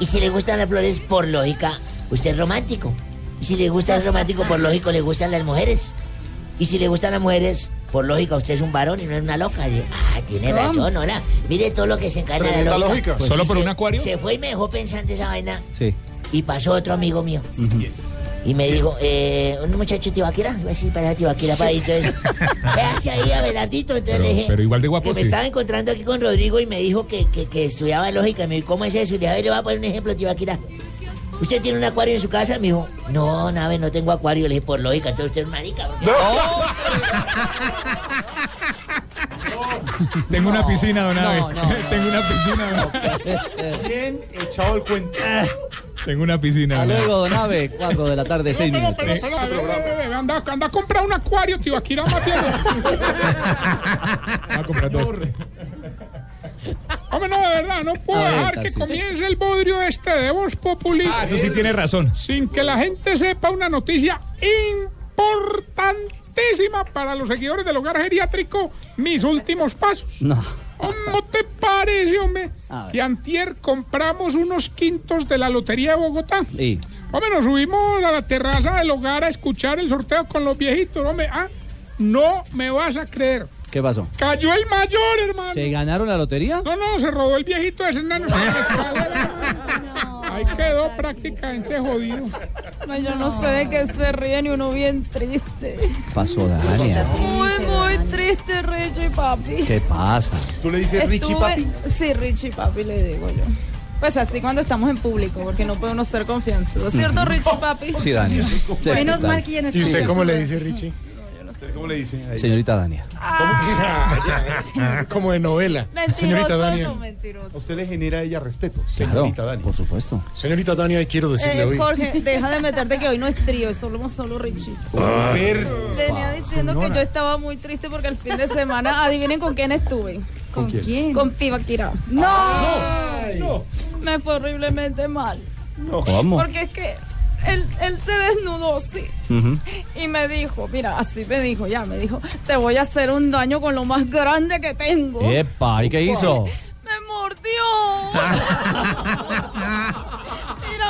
S13: Y si le gustan las flores, por lógica, usted es romántico. Y si le gusta el romántico, por lógico le gustan las mujeres. Y si le gustan las mujeres, por lógica, usted es un varón y no es una loca. Y- ah, tiene
S16: ¿Cómo?
S13: razón, hola. Mire todo lo que se encarna la
S16: Tremenda
S13: lógica.
S16: lógica.
S13: Pues
S16: ¿Solo
S13: sí,
S16: por
S13: se-
S16: un acuario?
S13: Se fue y me dejó pensando esa vaina.
S3: Sí.
S13: Y pasó otro amigo mío. Y me dijo, eh, un muchacho de Tibaquira, iba a decir para
S16: (laughs)
S13: Tibaquira, para ahí, entonces, ¿qué hace ahí Abelardito? Entonces le dije,
S16: Pero igual de guapo, (laughs)
S13: que me
S16: sí.
S13: estaba encontrando aquí con Rodrigo y me dijo que, que- que estudiaba lógica. Y me dijo, ¿cómo es eso? Y le dije, a ver, le voy a poner un ejemplo, Tibaquira. ¿Usted tiene un acuario en su casa? Me dijo, no, nave, no tengo acuario. Le dije, por lógica, entonces usted es marica. porque-
S16: ¡Oh!
S8: Tengo una piscina, don Abe. (laughs)
S16: (laughs)
S8: Tengo una
S3: piscina.
S8: Bien echado el cuento. Tengo una piscina.
S3: Hasta
S8: don Abe.
S3: luego, don Abe, 4 de la tarde, 6 minutos.
S8: Pero, pero,
S32: Este
S8: pero, pero,
S32: Anda, anda a comprar un acuario, tío. Aquí no
S8: Va a comprar dos.
S32: Hombre, no, de verdad, no puedo
S8: A ver,
S32: dejar que
S8: Tarcisio.
S32: comience el bodrio este de Voz Populi.
S8: Ah, eso sí tiene razón.
S32: Sin que la gente sepa una noticia importantísima para los seguidores del hogar geriátrico, mis últimos pasos.
S3: No.
S32: ¿Cómo te parece, hombre?
S3: A ver.
S32: Que antier compramos unos quintos de la Lotería de Bogotá.
S3: Y
S32: Hombre, nos subimos a la terraza del hogar a escuchar el sorteo con los viejitos, hombre. Ah, no me vas a creer.
S3: ¿Qué pasó?
S32: Cayó el mayor, hermano.
S3: ¿Se ganaron la lotería?
S32: No, no, se robó el viejito de
S3: (laughs)
S32: ese enano. Ahí quedó prácticamente jodido.
S21: yo no sé de qué se ríen y uno bien triste.
S3: Pasó, Dania.
S21: Muy, muy triste, Richie Papi.
S3: ¿Qué pasa?
S8: Tú le
S21: Estuve- Sí, Richie Papi le digo yo. Pues así cuando estamos en público, porque no puede uno ser confianzudo. ¿Cierto, Richie Papi?
S3: (laughs) Sí, Dania.
S21: Menos mal que ya no
S3: Sí,
S21: estoy
S3: usted
S21: yo
S3: cómo le
S21: sola.
S3: dice,
S8: Richie? ¿Usted ¿Cómo le dice? Ahí.
S3: Señorita Dania.
S8: Ah, Como de novela.
S21: Mentiroso,
S8: Señorita
S21: no,
S8: Dania.
S21: mentiroso.
S8: A usted le genera a ella respeto.
S3: Claro,
S8: Señorita Dania.
S3: Por supuesto.
S8: Señorita Dania, quiero decirle
S21: Eh,
S8: hoy.
S21: Jorge, deja de meterte que hoy no es trío, es solo, solo Richie.
S8: Ver-
S21: Venía diciendo que yo estaba muy triste porque el fin de semana, adivinen con quién estuve.
S8: ¿Con quién?
S21: Con Piba Kira. ¡No!
S8: Ay,
S21: Me fue horriblemente mal.
S3: ¿Cómo?
S21: Porque es que él, él se desnudó, sí.
S3: Ujú.
S21: Y me dijo, mira, así me dijo, ya me dijo, te voy a hacer un daño con lo más grande que tengo.
S3: Epa, ¿y qué hizo?
S21: Me mordió.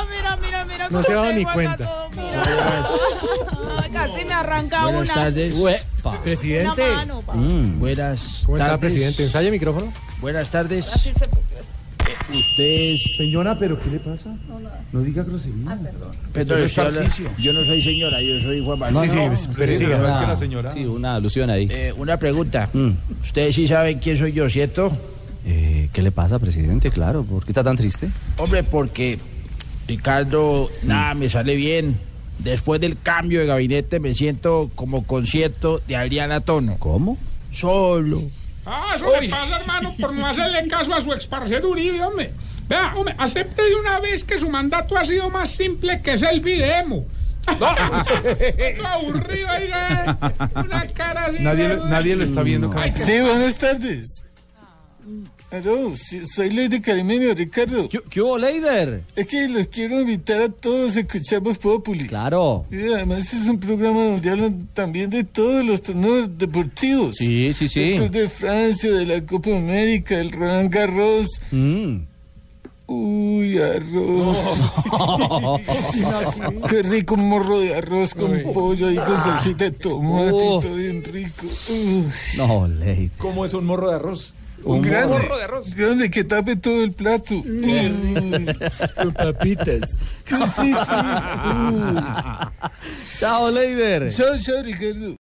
S21: mira, mira, mira, mira.
S3: No
S21: cómo
S3: se ha dado
S21: tengo
S3: ni
S21: acá
S3: cuenta. pues.
S21: todo, mira. Casi me arranca una.
S6: Presidente.
S21: Una mano, pa.
S6: Buenas
S8: Mm. ¿Cómo está,
S6: tardes.
S8: presidente? ¿Ensaya micrófono?
S6: Buenas tardes.
S21: Así se-
S6: Usted es...
S8: Señora, ¿pero qué le pasa? No, diga grosería.
S6: Perdón,
S8: Yo
S6: usted habla-
S8: Tarcisio.
S6: yo no soy señora, yo soy Juan Manuel.
S3: Sí, sí,
S6: No,
S3: es-
S6: usted
S3: pero sí,
S6: una-
S3: la verdad es que la señora- Sí, una alusión ahí. Mm.
S6: Eh, una pregunta. Ustedes sí saben quién soy yo, ¿cierto?
S3: Eh, ¿Qué le pasa, presidente? Claro, ¿por qué está tan triste?
S6: Hombre, porque Ricardo, nada, me sale bien. Después del cambio de gabinete me siento como concierto de Adriana Tono.
S3: ¿Cómo?
S6: Solo.
S32: Ah, eso le pasa, hermano, por no hacerle caso a su exparcero Uribe, hombre. Vea, hombre, acepte de una vez que su mandato ha sido más simple que es el videmo. (laughs) Eso aburrido, oiga, eh. Una cara así.
S8: Nadie,
S32: de-
S8: lo- nadie lo está viendo. como-
S33: Sí, buenas tardes. Aló, sí, soy Leider Carmenio, Ricardo. ¿Qué, hubo, Leider? Es que los quiero invitar a todos a escuchar Voz Populi. Claro. Y además es un programa donde hablan también de todos los torneos deportivos.
S3: Sí, sí, sí.
S6: Sí.
S33: Del Tour de Francia, de la Copa América, el Roland Garros.
S3: Mm.
S33: Uy,
S3: (laughs)
S33: arroz. Qué rico un morro de arroz con pollo y con salsita de tomate
S3: Oh.
S33: y todo bien rico. Uy.
S3: No, Ley.
S8: ¿Cómo es un morro de arroz?
S33: Un grande,
S8: morro de arroz.
S33: grande que tape todo el plato. Uy, Con papitas. Sí, sí. Uy. (laughs)
S3: Chao, Leider.
S33: Chao, chao, Ricardo.